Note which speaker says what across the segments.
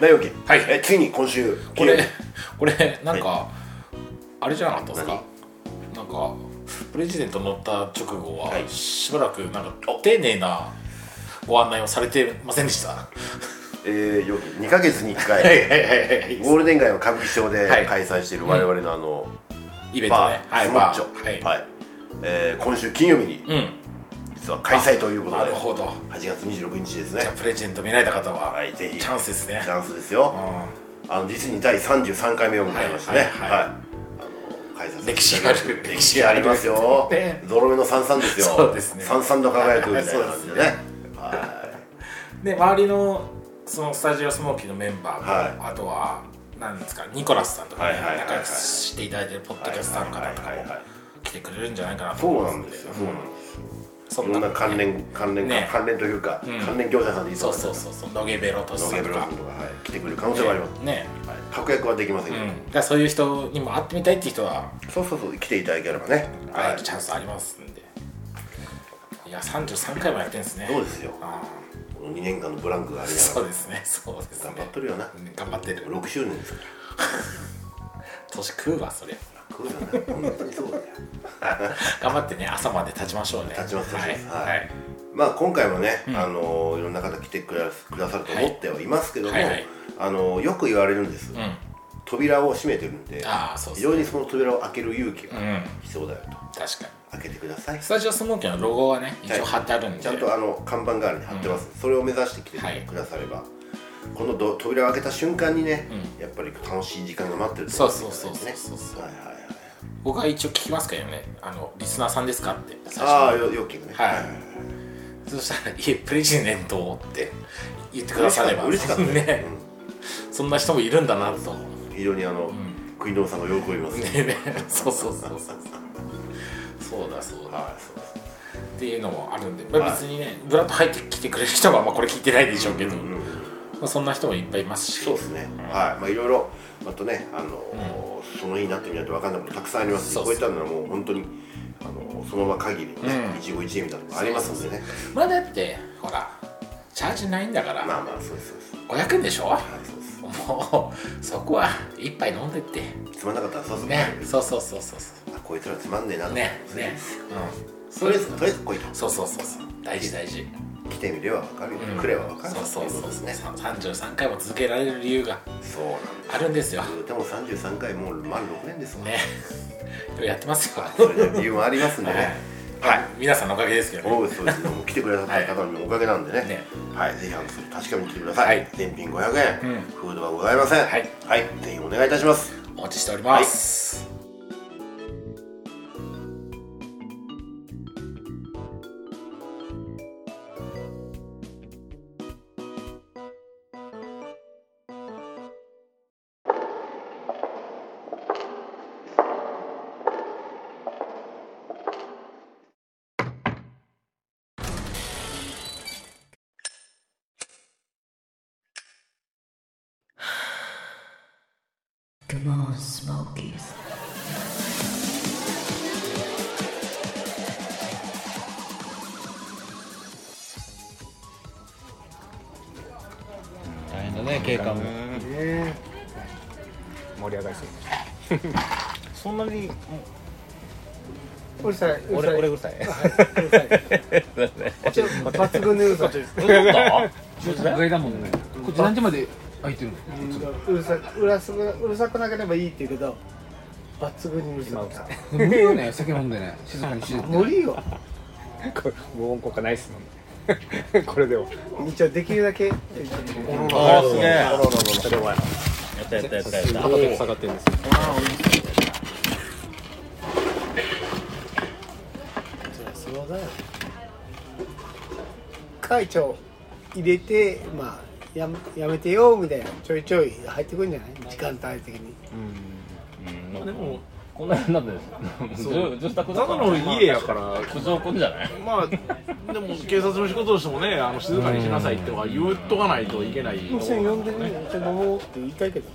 Speaker 1: 大沖、
Speaker 2: はい
Speaker 1: えついに今週
Speaker 2: これ
Speaker 1: 金曜
Speaker 2: これなんか、あれじゃなかったですかなんかプレジデント乗った直後は、
Speaker 1: はい
Speaker 2: しばらくなんか丁寧なご案内をされてませんでしたは
Speaker 1: 日えー、よく2か月に1
Speaker 2: いは
Speaker 1: 回
Speaker 2: いはい
Speaker 1: ゴールデン街の歌舞伎町で
Speaker 2: はい
Speaker 1: 開催している我々のあの、
Speaker 2: イベント
Speaker 1: バ
Speaker 2: ね
Speaker 1: ー、
Speaker 2: はい
Speaker 1: スモッチ
Speaker 2: バ
Speaker 1: ョ、
Speaker 2: ーはい、
Speaker 1: はいえー今週金曜日に
Speaker 2: うん
Speaker 1: 実は開催ということで
Speaker 2: なるほど
Speaker 1: 8月26日です
Speaker 2: じゃあ
Speaker 1: ね
Speaker 2: プレジデント見られた方は、
Speaker 1: はいぜひ
Speaker 2: チャンスですね
Speaker 1: チャンスですよ、
Speaker 2: う
Speaker 1: あの実に第33回目を迎えましたね
Speaker 2: は
Speaker 1: はいい、
Speaker 2: はい
Speaker 1: あの開催させていただきました
Speaker 2: 歴史ある
Speaker 1: 歴史ありますよ、
Speaker 2: ね
Speaker 1: ゾロ目の三々ですよ
Speaker 2: そうですね
Speaker 1: 三々と輝くみたいな感じでね
Speaker 2: そうで
Speaker 1: は
Speaker 2: んで周りのそのスタジオスモーキーのメンバーも、あとはなんですかニコラスさんとかね、
Speaker 1: はいはいはいはい
Speaker 2: 仲良くしていただいてるポッドキャスターの方とかも来てくれるんじゃないかなと
Speaker 1: そう
Speaker 2: 思いま
Speaker 1: な
Speaker 2: す
Speaker 1: ん
Speaker 2: ん
Speaker 1: で
Speaker 2: ですす
Speaker 1: よそうなんです
Speaker 2: そ
Speaker 1: いろんな関連関連
Speaker 2: ね
Speaker 1: 関連というか
Speaker 2: うん
Speaker 1: 関連業者さんでいいと
Speaker 2: そう
Speaker 1: 思い
Speaker 2: そう
Speaker 1: ます
Speaker 2: そうそう野毛ベロとし
Speaker 1: ノ
Speaker 2: さ
Speaker 1: ゲ
Speaker 2: ん
Speaker 1: ブ
Speaker 2: と
Speaker 1: ロ
Speaker 2: か
Speaker 1: ンとかはい来てくれる可能性はあります
Speaker 2: ね
Speaker 1: はい確約はできません
Speaker 2: う
Speaker 1: けど
Speaker 2: ん、だからそういう人にも会ってみたいっていう人は
Speaker 1: そうそうそう来ていただければね
Speaker 2: 会え
Speaker 1: は
Speaker 2: る
Speaker 1: い
Speaker 2: チャンスありますんで、い、や33回もやってるんですね
Speaker 1: そうですよ
Speaker 2: あ
Speaker 1: この2年間のブランクがあり
Speaker 2: ー
Speaker 1: なが
Speaker 2: そ
Speaker 1: ら
Speaker 2: うですねそうですね
Speaker 1: 頑張っとるよな
Speaker 2: うん頑張ってる
Speaker 1: 6周年ですから
Speaker 2: 年食うわそれ
Speaker 1: 楽よな本当にそうだよ
Speaker 2: 頑張ってね朝まで立ちましょうね
Speaker 1: 立ちます
Speaker 2: はい、
Speaker 1: 立ちます
Speaker 2: は
Speaker 1: はい
Speaker 2: い
Speaker 1: まあ今回もね、
Speaker 2: ん
Speaker 1: あのいろんな方来てくだくださると思ってはいますけども、
Speaker 2: はいはい
Speaker 1: あのよく言われるんです、
Speaker 2: うん
Speaker 1: 扉を閉めてるんで
Speaker 2: ああそう
Speaker 1: 非
Speaker 2: そう
Speaker 1: 常にその扉を開ける勇気
Speaker 2: う
Speaker 1: が
Speaker 2: ん
Speaker 1: 必要だよと
Speaker 2: 確かに
Speaker 1: 開けてください
Speaker 2: スタジオスモーキーのロゴはね一応貼ってあるんで、
Speaker 1: ちゃんとあの看板代わりに貼ってます、それを目指して来
Speaker 2: はい
Speaker 1: てくだされば、このど扉を開けた瞬間にね、
Speaker 2: う
Speaker 1: やっぱり楽しい時間が待ってるって
Speaker 2: そ
Speaker 1: こ
Speaker 2: う
Speaker 1: と
Speaker 2: そう
Speaker 1: です
Speaker 2: そう
Speaker 1: よ
Speaker 2: そうそうそう
Speaker 1: はいはいはい
Speaker 2: 僕は一応聞きますけどねあのリスナーさんですかって最
Speaker 1: ああ
Speaker 2: 初に
Speaker 1: よよく聞くね
Speaker 2: はいそしたら「いえプレジデント」って言ってくだ
Speaker 1: 嬉し
Speaker 2: さ
Speaker 1: かっ
Speaker 2: れ
Speaker 1: た
Speaker 2: ば
Speaker 1: 嬉しかった
Speaker 2: ね
Speaker 1: ね、
Speaker 2: そんな人もいるんだなと
Speaker 1: うん非常にあの、クイーンドーさんが喜びますね
Speaker 2: ねねそうそうそうそうそうだそうだ
Speaker 1: はいそうです
Speaker 2: っていうのもあるんで、まあ、別にねブラッと入ってきてくれる人はまあこれ聞いてないでしょうけど、
Speaker 1: うんうん
Speaker 2: まあ、そんな人もいっぱいいますし
Speaker 1: そうですね、はい、まあ、いろいろ、またね、あのーその日になってみないと分かんないことたくさんありますし、
Speaker 2: そう
Speaker 1: こ
Speaker 2: そうう
Speaker 1: いったのはもう本当に。あのーその場限りのね、
Speaker 2: うん
Speaker 1: 一期一会みたいなのがありますんでね。
Speaker 2: まあだってほらチャージないんだから、
Speaker 1: まあまあ、そうです、そうです。
Speaker 2: 500円でしょ
Speaker 1: はい、そうで
Speaker 2: もうそこは一杯飲んでって
Speaker 1: す。つまんなかったら、そうです
Speaker 2: ね
Speaker 1: ね。
Speaker 2: そうそうそうそうそ
Speaker 1: あこいつらつまんねえな
Speaker 2: う
Speaker 1: と。
Speaker 2: ねねうん
Speaker 1: とりあえず、とりあえず来いと。
Speaker 2: そうそうそうそう大事大事
Speaker 1: 来てみれば分かるよ、
Speaker 2: うん
Speaker 1: 来れば分かるよ。
Speaker 2: そうそう
Speaker 1: とい
Speaker 2: そう
Speaker 1: こと
Speaker 2: う
Speaker 1: です
Speaker 2: そう、
Speaker 1: ね。
Speaker 2: 33回も続けられる理由が
Speaker 1: そうなんです。
Speaker 2: あるんですよ
Speaker 1: でも三十三回もう満六年ですもん。
Speaker 2: ね やってますよ
Speaker 1: それで理由もありますんで
Speaker 2: は
Speaker 1: ね。
Speaker 2: い、はい、皆さんのおかげですけどね
Speaker 1: そうですそうです。もう来てくださった方のおかげなんでね。
Speaker 2: はいね
Speaker 1: はい、ぜひあのそれ確かめに来てください。
Speaker 2: はい
Speaker 1: 全品500円、
Speaker 2: うん
Speaker 1: フードはございません。
Speaker 2: はい、
Speaker 1: ぜひお願いいたします。
Speaker 2: お待ちしております、
Speaker 3: Come on, Smokies.
Speaker 4: 大変だね警官も
Speaker 5: 盛り上がりそうそんなにうるさいうる
Speaker 4: 俺
Speaker 5: さい
Speaker 4: 俺うるさい
Speaker 5: 抜群にうるさい
Speaker 4: 上だもんねこっち何時まで空いてるの
Speaker 5: うるさいうるさくうるさくなければいいって言うけど抜群にうるさい
Speaker 4: 無理よね酒飲んでね静かにして
Speaker 5: 無理よ
Speaker 6: これ無音効果ないっすもん ねこれでも
Speaker 5: 一応できるだけ
Speaker 4: ああすげえ
Speaker 6: 片手下がってるんですよ
Speaker 5: 会長入れてまあやめやめてよみたいなちょいちょい入ってくるんじゃない時間帯的に
Speaker 7: でもこんなになってです女女子宅だ
Speaker 6: た
Speaker 7: か
Speaker 6: だ
Speaker 7: ら
Speaker 6: の家やから
Speaker 7: 苦情くんじゃない
Speaker 6: まあでも警察の仕事としてもねあの静かにしなさいっては言っとかないといけないと
Speaker 5: 一緒に
Speaker 6: ころ
Speaker 5: 呼んでね一緒に飲もうって言いたいけどね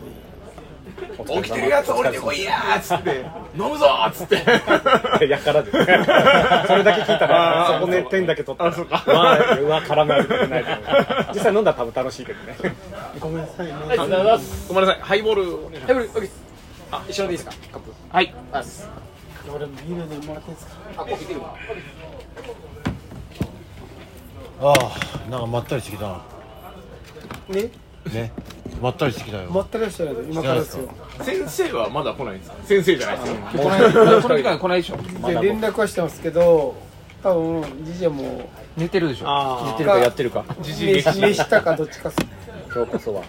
Speaker 6: 起きてるやつ降りてこいやーっつって飲むぞーっつって
Speaker 8: やからです それだけ聞いたらそこね点だけ取ったらまあうわ絡められてないと思う実際飲んだら多分楽しいけどね
Speaker 5: ごめんなさいね
Speaker 9: りがとうございます
Speaker 10: ごめんなさいハイボールお願いします
Speaker 2: はい、オッケーですあ、一緒でいいですかカップ
Speaker 10: はいあす
Speaker 5: 俺もビールでもらっていいですか
Speaker 2: あ、コーヒー出るわ
Speaker 11: ああなんかまったりしてきたな
Speaker 5: ね
Speaker 11: ねまったりしてきたよ
Speaker 5: 待ってらっしゃる今からですよ
Speaker 10: 先生はまだ来ないんですか先生じゃないですよ
Speaker 2: この間この時間来ないでしょ
Speaker 5: で連絡はしてますけど多分じいちゃんも
Speaker 2: 寝てるでしょ
Speaker 8: 言ってるかやってるか
Speaker 5: 飯 飯したかどっちかっすね
Speaker 8: 今日こそは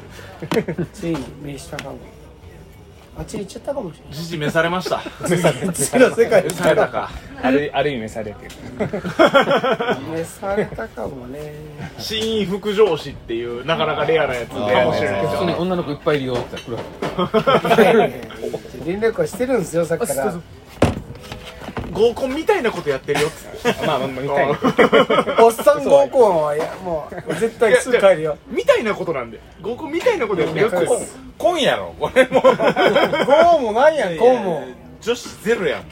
Speaker 5: ついに飯したかもあっち行っちゃったかもしれ
Speaker 10: じじ召され ました
Speaker 5: ない次の世界に
Speaker 10: 召されたか
Speaker 8: あるある意味召されてる
Speaker 5: 召されたかもね
Speaker 10: 新副上司っていうなかなかレアなやつでかもしれないですよ
Speaker 2: に女の子いっぱいいるよって来るわ
Speaker 5: 連絡はしてるんですよさっきから
Speaker 10: 合コンみたいなことやってるよっつって
Speaker 8: まあまあみたいな
Speaker 5: おっさん合コンはいやもう絶対すぐ帰るよ
Speaker 10: みたいなことなんで合コンみたいなことやってるよっつって
Speaker 6: 今夜のこれも
Speaker 5: ゴーもなんやゴーも
Speaker 10: 女子ゼロやん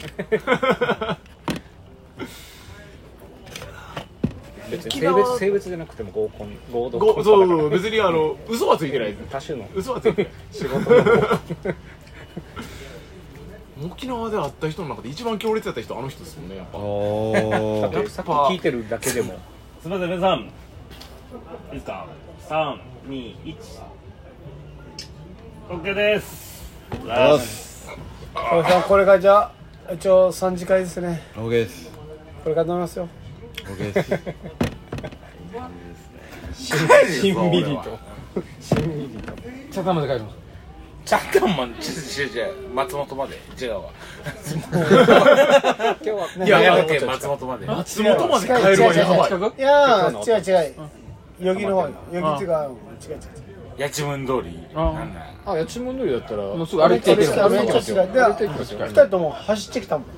Speaker 8: 別に性別性別じゃなくても合コン合同コ
Speaker 10: ご
Speaker 8: ン
Speaker 10: そう
Speaker 8: と
Speaker 10: そ
Speaker 8: か
Speaker 10: う別にあの嘘はついてないです
Speaker 8: 多種の
Speaker 10: 嘘はついてない仕事沖縄で会った人の中で一番強烈だった人あの人ですもんねやっぱ
Speaker 8: だってさっき聞いてるだけでも
Speaker 9: すみません皆さんいいですか三二一オッケーですラーメン
Speaker 5: おっさんこれがじゃあ一応3次会ですね
Speaker 11: OK です
Speaker 5: これから飲みますよ
Speaker 11: OK です
Speaker 8: しんみりと
Speaker 2: 茶玉で帰るの
Speaker 6: チャッカンマンちょちょちょ松本まで違うわ
Speaker 8: 今日はね
Speaker 6: 山形県松本まで
Speaker 10: 松本まで帰るわやばい
Speaker 2: 近く
Speaker 5: いやー違う違うヨギの方よヨギっていうか違う違う違う
Speaker 6: 八千文通りなんだ
Speaker 8: あ八千文通りだったら
Speaker 2: もうすぐ歩いて行ける
Speaker 5: あめっちゃ
Speaker 2: か
Speaker 5: 近いで2人とも走ってきたもん
Speaker 10: い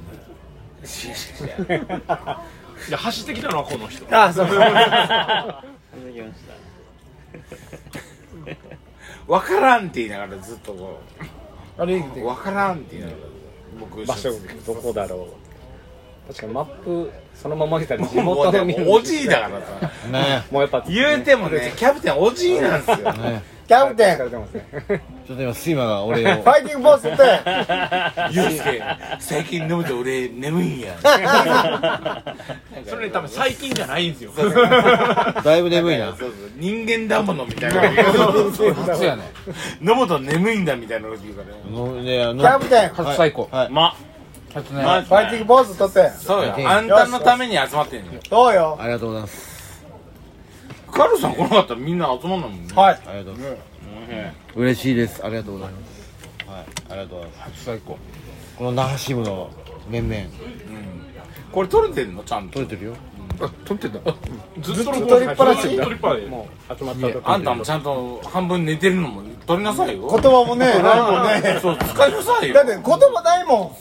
Speaker 10: や走ってきたのはこの人
Speaker 5: ああそうそう
Speaker 6: わからんって言いながらずっとこ
Speaker 5: 歩いてきて
Speaker 6: うわからんって言いながら僕
Speaker 8: 場所どこだろう確かにマップそのまま見たら地
Speaker 6: も
Speaker 8: 元
Speaker 6: うね
Speaker 8: の見る
Speaker 6: もうおじいだからさ
Speaker 11: ね
Speaker 8: もうやっぱ
Speaker 6: 言うてもねキャプテンおじいなんですよ
Speaker 11: えね
Speaker 5: キャプテン
Speaker 8: 疲れてますね
Speaker 11: えちょっと今睡魔が俺
Speaker 5: フ
Speaker 11: を
Speaker 5: ァイティングボスって
Speaker 6: ゆうすけ最近飲むと俺眠いんや
Speaker 10: それね多分最近じゃないんですよ
Speaker 11: だいぶ眠 いな
Speaker 6: そうそう人間だものみたいな
Speaker 2: 初やね
Speaker 6: 飲むと眠いんだみたいなこと言うからね
Speaker 11: のねあの
Speaker 5: キャプテンフ
Speaker 11: はい
Speaker 2: 初最高
Speaker 11: はい
Speaker 9: ま
Speaker 2: 初ね
Speaker 9: ま
Speaker 5: ァイティングボス取って
Speaker 6: そうよあんたのために集まってんのよ
Speaker 5: どうよ
Speaker 11: ありがとうございます
Speaker 6: カルさん来なかったらみんな集まんないもんね
Speaker 5: はい
Speaker 11: ありがとうございます嬉しいですありがとうございますはいありがとうございます
Speaker 2: 初最高
Speaker 11: この那覇支部の面々
Speaker 6: これ撮れてんのちゃんと
Speaker 11: 取れてるよ
Speaker 10: ずっと
Speaker 5: 取りっぱなし
Speaker 10: ずっと取りっぱなし
Speaker 8: 集まった時
Speaker 6: あんたもちゃんと半分寝てるのも撮りなさいよ
Speaker 5: 言葉もねないもんね
Speaker 6: そう使いなさいよ
Speaker 5: だって言葉ないも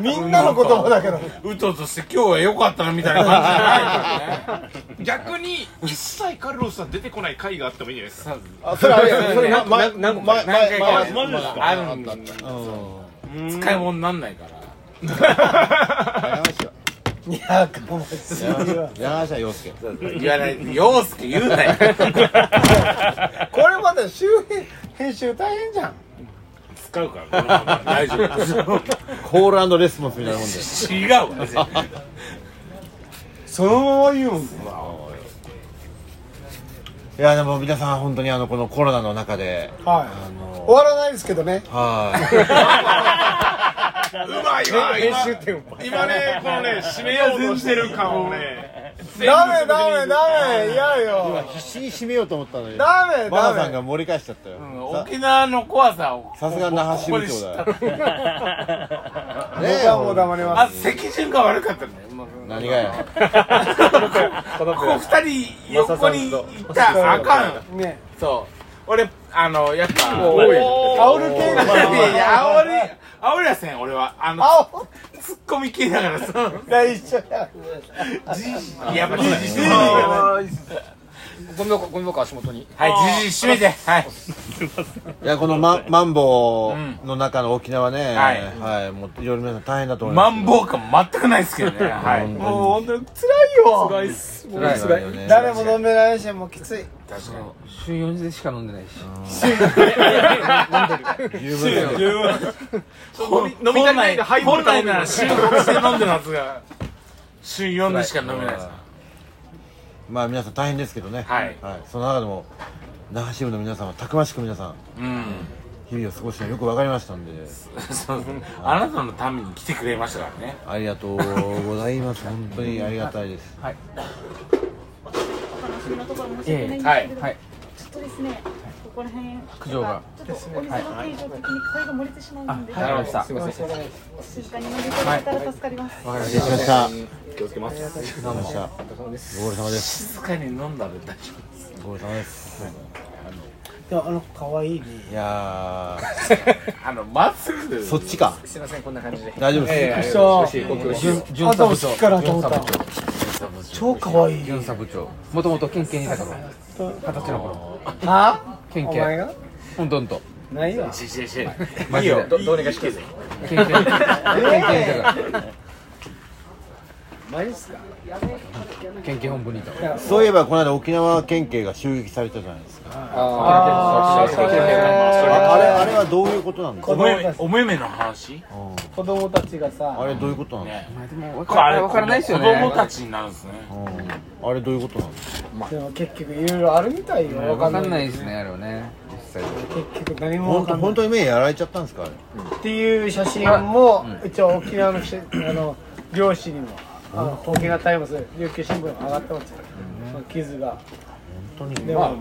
Speaker 5: んみんなの言葉だけど
Speaker 6: うとうとして今日は良かったなみたいな感じじゃないからね
Speaker 10: 逆に一切カルロスさん出てこない回があってもいいんじゃないですか
Speaker 5: あそれあれやそれ
Speaker 11: 何
Speaker 5: 前
Speaker 11: 何個か何回
Speaker 6: あ
Speaker 11: か
Speaker 6: マジですかあるんだね使い物になんないから
Speaker 5: いやかもしれない
Speaker 11: 山下洋介
Speaker 6: 言わない陽介言うなよ
Speaker 5: これまだ周辺編集大変じゃん
Speaker 6: 使うからこのまま大丈夫
Speaker 11: コールレスポンスみたいなもんで
Speaker 6: 違うわ絶対
Speaker 5: そのまま言うもん
Speaker 11: いやでも皆さん本当にあのこのコロナの中で
Speaker 5: はい終わらないですけどね
Speaker 11: は
Speaker 10: うまいわ
Speaker 8: 編集
Speaker 10: 今
Speaker 8: 点を
Speaker 10: 今ねこのね締めようとしてる感をね
Speaker 5: ダメダメダメ嫌よ
Speaker 11: い必死に締めようと思ったのに
Speaker 5: ダメ
Speaker 11: マナさ
Speaker 5: ダ
Speaker 11: ん
Speaker 5: メ
Speaker 11: が盛り返しちゃったよさ
Speaker 6: 沖縄の怖さを
Speaker 11: さすが那覇支部長だよ ね
Speaker 5: 僕はもう黙ります
Speaker 6: あ席順が悪かったねもう
Speaker 11: 何がや
Speaker 8: この
Speaker 6: こ
Speaker 8: 子
Speaker 6: う二人横に行ったらあかん
Speaker 5: ね
Speaker 6: そう俺あのやっぱ
Speaker 5: おい煽る系
Speaker 6: いやい
Speaker 5: が
Speaker 6: や煽り煽りやせん俺はあの
Speaker 5: 煽っ
Speaker 6: ツッコミ系だからさ
Speaker 5: た一緒や
Speaker 6: やっぱり
Speaker 2: ゴミ箱ゴミ箱足元に
Speaker 6: はい、じじ閉めて。はい。
Speaker 11: いやこのマンマンボウの中の沖縄ね、
Speaker 6: はい
Speaker 11: はい、もういろいろ皆さん大変だと思いま
Speaker 6: マ
Speaker 11: す
Speaker 6: ンボウ感全くないですけど ね。はい。
Speaker 11: 本当に
Speaker 6: もう本当に辛いよ。
Speaker 8: 辛いっすもう
Speaker 11: 辛いわよね
Speaker 5: 誰も飲めないしもうきつい
Speaker 6: 確かに。
Speaker 2: 週4時でしか飲んでないし
Speaker 11: 十分だよ
Speaker 6: 飲み飲み足りないハイボール本来なら週8で飲んでるはずが、週4でしか飲めないです。
Speaker 11: まあ皆さん大変ですけどね
Speaker 6: はい
Speaker 11: その中でも那覇支部の皆さんはたくましく皆さん
Speaker 6: うん。
Speaker 11: 日々を過ごしてよく分かりましたんで
Speaker 6: そうですね。あなたのために来てくれましたからね。
Speaker 11: ありがとうございます本当にありがたいです
Speaker 12: お話のところ申し訳ないんですけど、ちょっとですね、ここら辺苦
Speaker 11: 情が
Speaker 12: ちょっとお水の形状的に声が漏れてしまうので、
Speaker 2: わかりましたすいません
Speaker 12: 静かに飲んでいただけたら助かります。
Speaker 11: 失礼しました
Speaker 8: 気をつけます
Speaker 11: どうもご苦労様です
Speaker 6: 静かに飲んだら大丈
Speaker 11: ご苦労様です
Speaker 5: でもあの子可愛いね
Speaker 11: いや
Speaker 6: 夫。あの、まっすぐ。
Speaker 11: ーそっちか
Speaker 2: すいませんこんな感じで
Speaker 11: 大丈夫
Speaker 8: あ
Speaker 11: です
Speaker 8: りがとうございますご苦労様
Speaker 11: 潤
Speaker 5: あと好きからと思った超可愛い
Speaker 2: 巡査部長もともと県警にいたから二十歳の頃
Speaker 5: は
Speaker 2: 県
Speaker 5: お
Speaker 2: 警
Speaker 5: 前が
Speaker 2: ほんとほんと
Speaker 5: ないわ
Speaker 6: ししし
Speaker 2: マジで
Speaker 6: どどうにかして
Speaker 2: 県警県警にいたから
Speaker 5: マジっすか
Speaker 2: 県警本部にいたから
Speaker 11: そういえばこの間沖縄県警が襲撃されたじゃないですか
Speaker 2: あ
Speaker 5: ー
Speaker 11: ああれあれはどういうことなんです
Speaker 6: お
Speaker 11: か
Speaker 5: こ
Speaker 6: めめおめめの話
Speaker 5: 子供たちがさ
Speaker 11: あれどういうことなんです
Speaker 6: ね
Speaker 2: でも分から分からないですよね
Speaker 6: 子供たちになるんですね
Speaker 11: かうんあれどういうことなんですか
Speaker 5: でも結局いろいろあるみたいよ
Speaker 2: 分
Speaker 5: わ
Speaker 2: か
Speaker 5: か
Speaker 2: ん
Speaker 5: ん
Speaker 2: な
Speaker 5: ないい
Speaker 2: ですねあれはね実際
Speaker 5: 結局何もわ
Speaker 11: 本
Speaker 5: か
Speaker 11: 当
Speaker 5: んない
Speaker 11: 本当に目やられちゃったんですかあれ
Speaker 5: っていう写真も、うちは沖縄のしあの漁師にも、あの沖縄タイムズ琉球新聞に上がってますよ、その傷が本当にでも、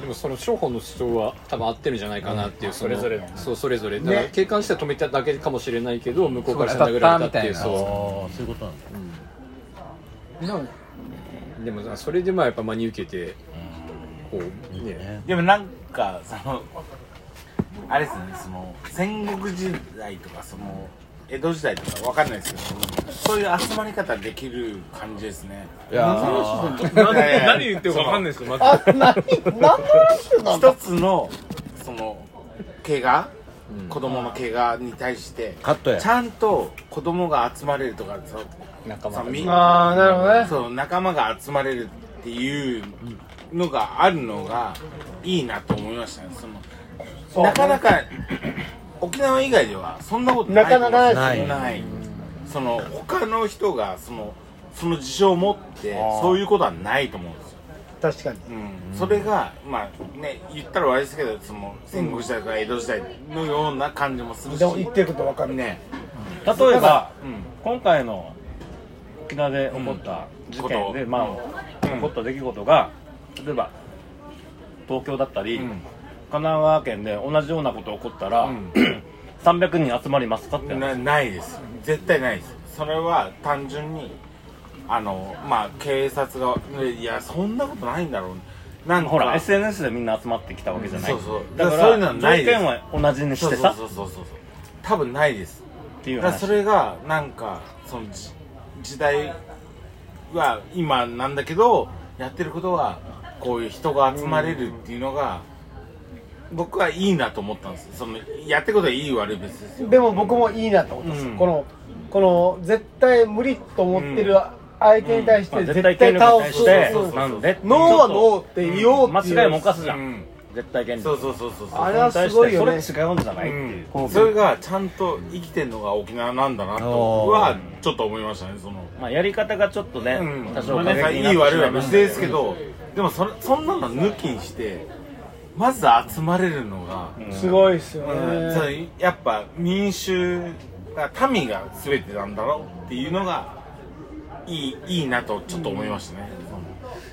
Speaker 13: でもその商法の主張は多分合ってるんじゃないかなっていう、それぞれのそうそれぞれだから
Speaker 5: ね
Speaker 13: 警官して止めただけかもしれないけど向こうから
Speaker 2: そこ
Speaker 13: 殴られたっていう
Speaker 2: 当たったみ
Speaker 13: そ
Speaker 11: ああそういうことなんですね
Speaker 13: うでもそれでまあやっぱ真に受けてこうね
Speaker 6: でもなんかそのあれですねその戦国時代とかその江戸時代とかわかんないですけどそういう集まり方できる感じですね
Speaker 11: いや
Speaker 6: 何
Speaker 13: 言ってるか分かんないですけど
Speaker 5: あ何何の話なんだ
Speaker 6: 一つのその怪我子供の怪我に対して
Speaker 11: カットや
Speaker 6: ちゃんと子供が集まれるとかそう
Speaker 13: 仲
Speaker 6: そうみ
Speaker 5: ああなるほどね
Speaker 6: そう仲間が集まれるっていうのがあるのがいいなと思いましたねそのなかなか沖縄以外ではそんなことない
Speaker 5: なかなか
Speaker 11: ない
Speaker 6: ないないその他の人がそのその事情を持ってそういうことはないと思うんですよ、
Speaker 5: 確かに
Speaker 6: うん、それがまあね言ったら悪いですけどその戦国時代とか江戸時代のような感じもするし
Speaker 5: でも言ってることわかるね
Speaker 6: ね
Speaker 9: 例えば、
Speaker 6: うん
Speaker 9: 今回の沖縄で起こった事件で、
Speaker 6: うん
Speaker 9: まあ、
Speaker 6: うん
Speaker 9: 起こった出来事が例えば東京だったり、
Speaker 6: うん
Speaker 9: 神奈川県で同じようなこと起こったら、
Speaker 6: うん
Speaker 9: 300人集まりますかって話
Speaker 6: なないです絶対ないですそれは単純にあのまあ警察がいやそんなことないんだろうなんか
Speaker 9: ほら SNS でみんな集まってきたわけじゃない、
Speaker 6: そうそう
Speaker 9: だか
Speaker 6: だからそういうの
Speaker 9: ら
Speaker 6: はない
Speaker 9: 条
Speaker 6: です
Speaker 9: 件は同じに
Speaker 6: そ
Speaker 9: し
Speaker 6: う
Speaker 9: て
Speaker 6: そう
Speaker 9: さ
Speaker 6: そうそうそう多分ないです
Speaker 9: っていう
Speaker 6: だから
Speaker 9: 話
Speaker 6: それがなんかそのじ時代は今なんだけどやってることはこういう人が集まれるっていうのが僕はいいなと思ったんですそのやってることはいい悪い別ですよ
Speaker 5: でも僕もいいなと思ったんです、
Speaker 6: うん
Speaker 5: このこの絶対無理と思ってる相手に対して
Speaker 9: まあ
Speaker 5: 絶
Speaker 9: 絶対
Speaker 5: 対
Speaker 9: 権力
Speaker 5: 倒
Speaker 9: に対
Speaker 5: す、
Speaker 9: して
Speaker 5: そうそうそう
Speaker 9: なんでっていう
Speaker 5: ノーは
Speaker 9: ち
Speaker 5: ノ
Speaker 9: ょ
Speaker 5: ー
Speaker 9: っ
Speaker 5: って言おう
Speaker 9: と
Speaker 5: っていう
Speaker 9: 間違いも犯すじゃ
Speaker 6: うんん
Speaker 9: 絶対権力
Speaker 6: そうそうそうそうそう
Speaker 5: あれはすごいよね
Speaker 9: それ違うんじゃないっていう、こう
Speaker 6: それがちゃんと生きてるのが沖縄なんだなとはちょっと思いましたねその、
Speaker 9: まあ、やり方がちょっとね、
Speaker 6: うん、
Speaker 9: 多少過
Speaker 6: な
Speaker 9: 激
Speaker 6: んか
Speaker 9: に
Speaker 6: い
Speaker 9: なってし
Speaker 6: い
Speaker 9: ま
Speaker 6: 悪いは
Speaker 9: ま
Speaker 6: 別
Speaker 9: す
Speaker 6: ですけどでもそれそんなの抜きにしてまず集まれるのが、
Speaker 5: すごいっすよ
Speaker 6: うんそ
Speaker 5: ね、
Speaker 6: れやっぱ民衆が民が全てなんだろうっていうのがいいいいなとちょっと思いましたね、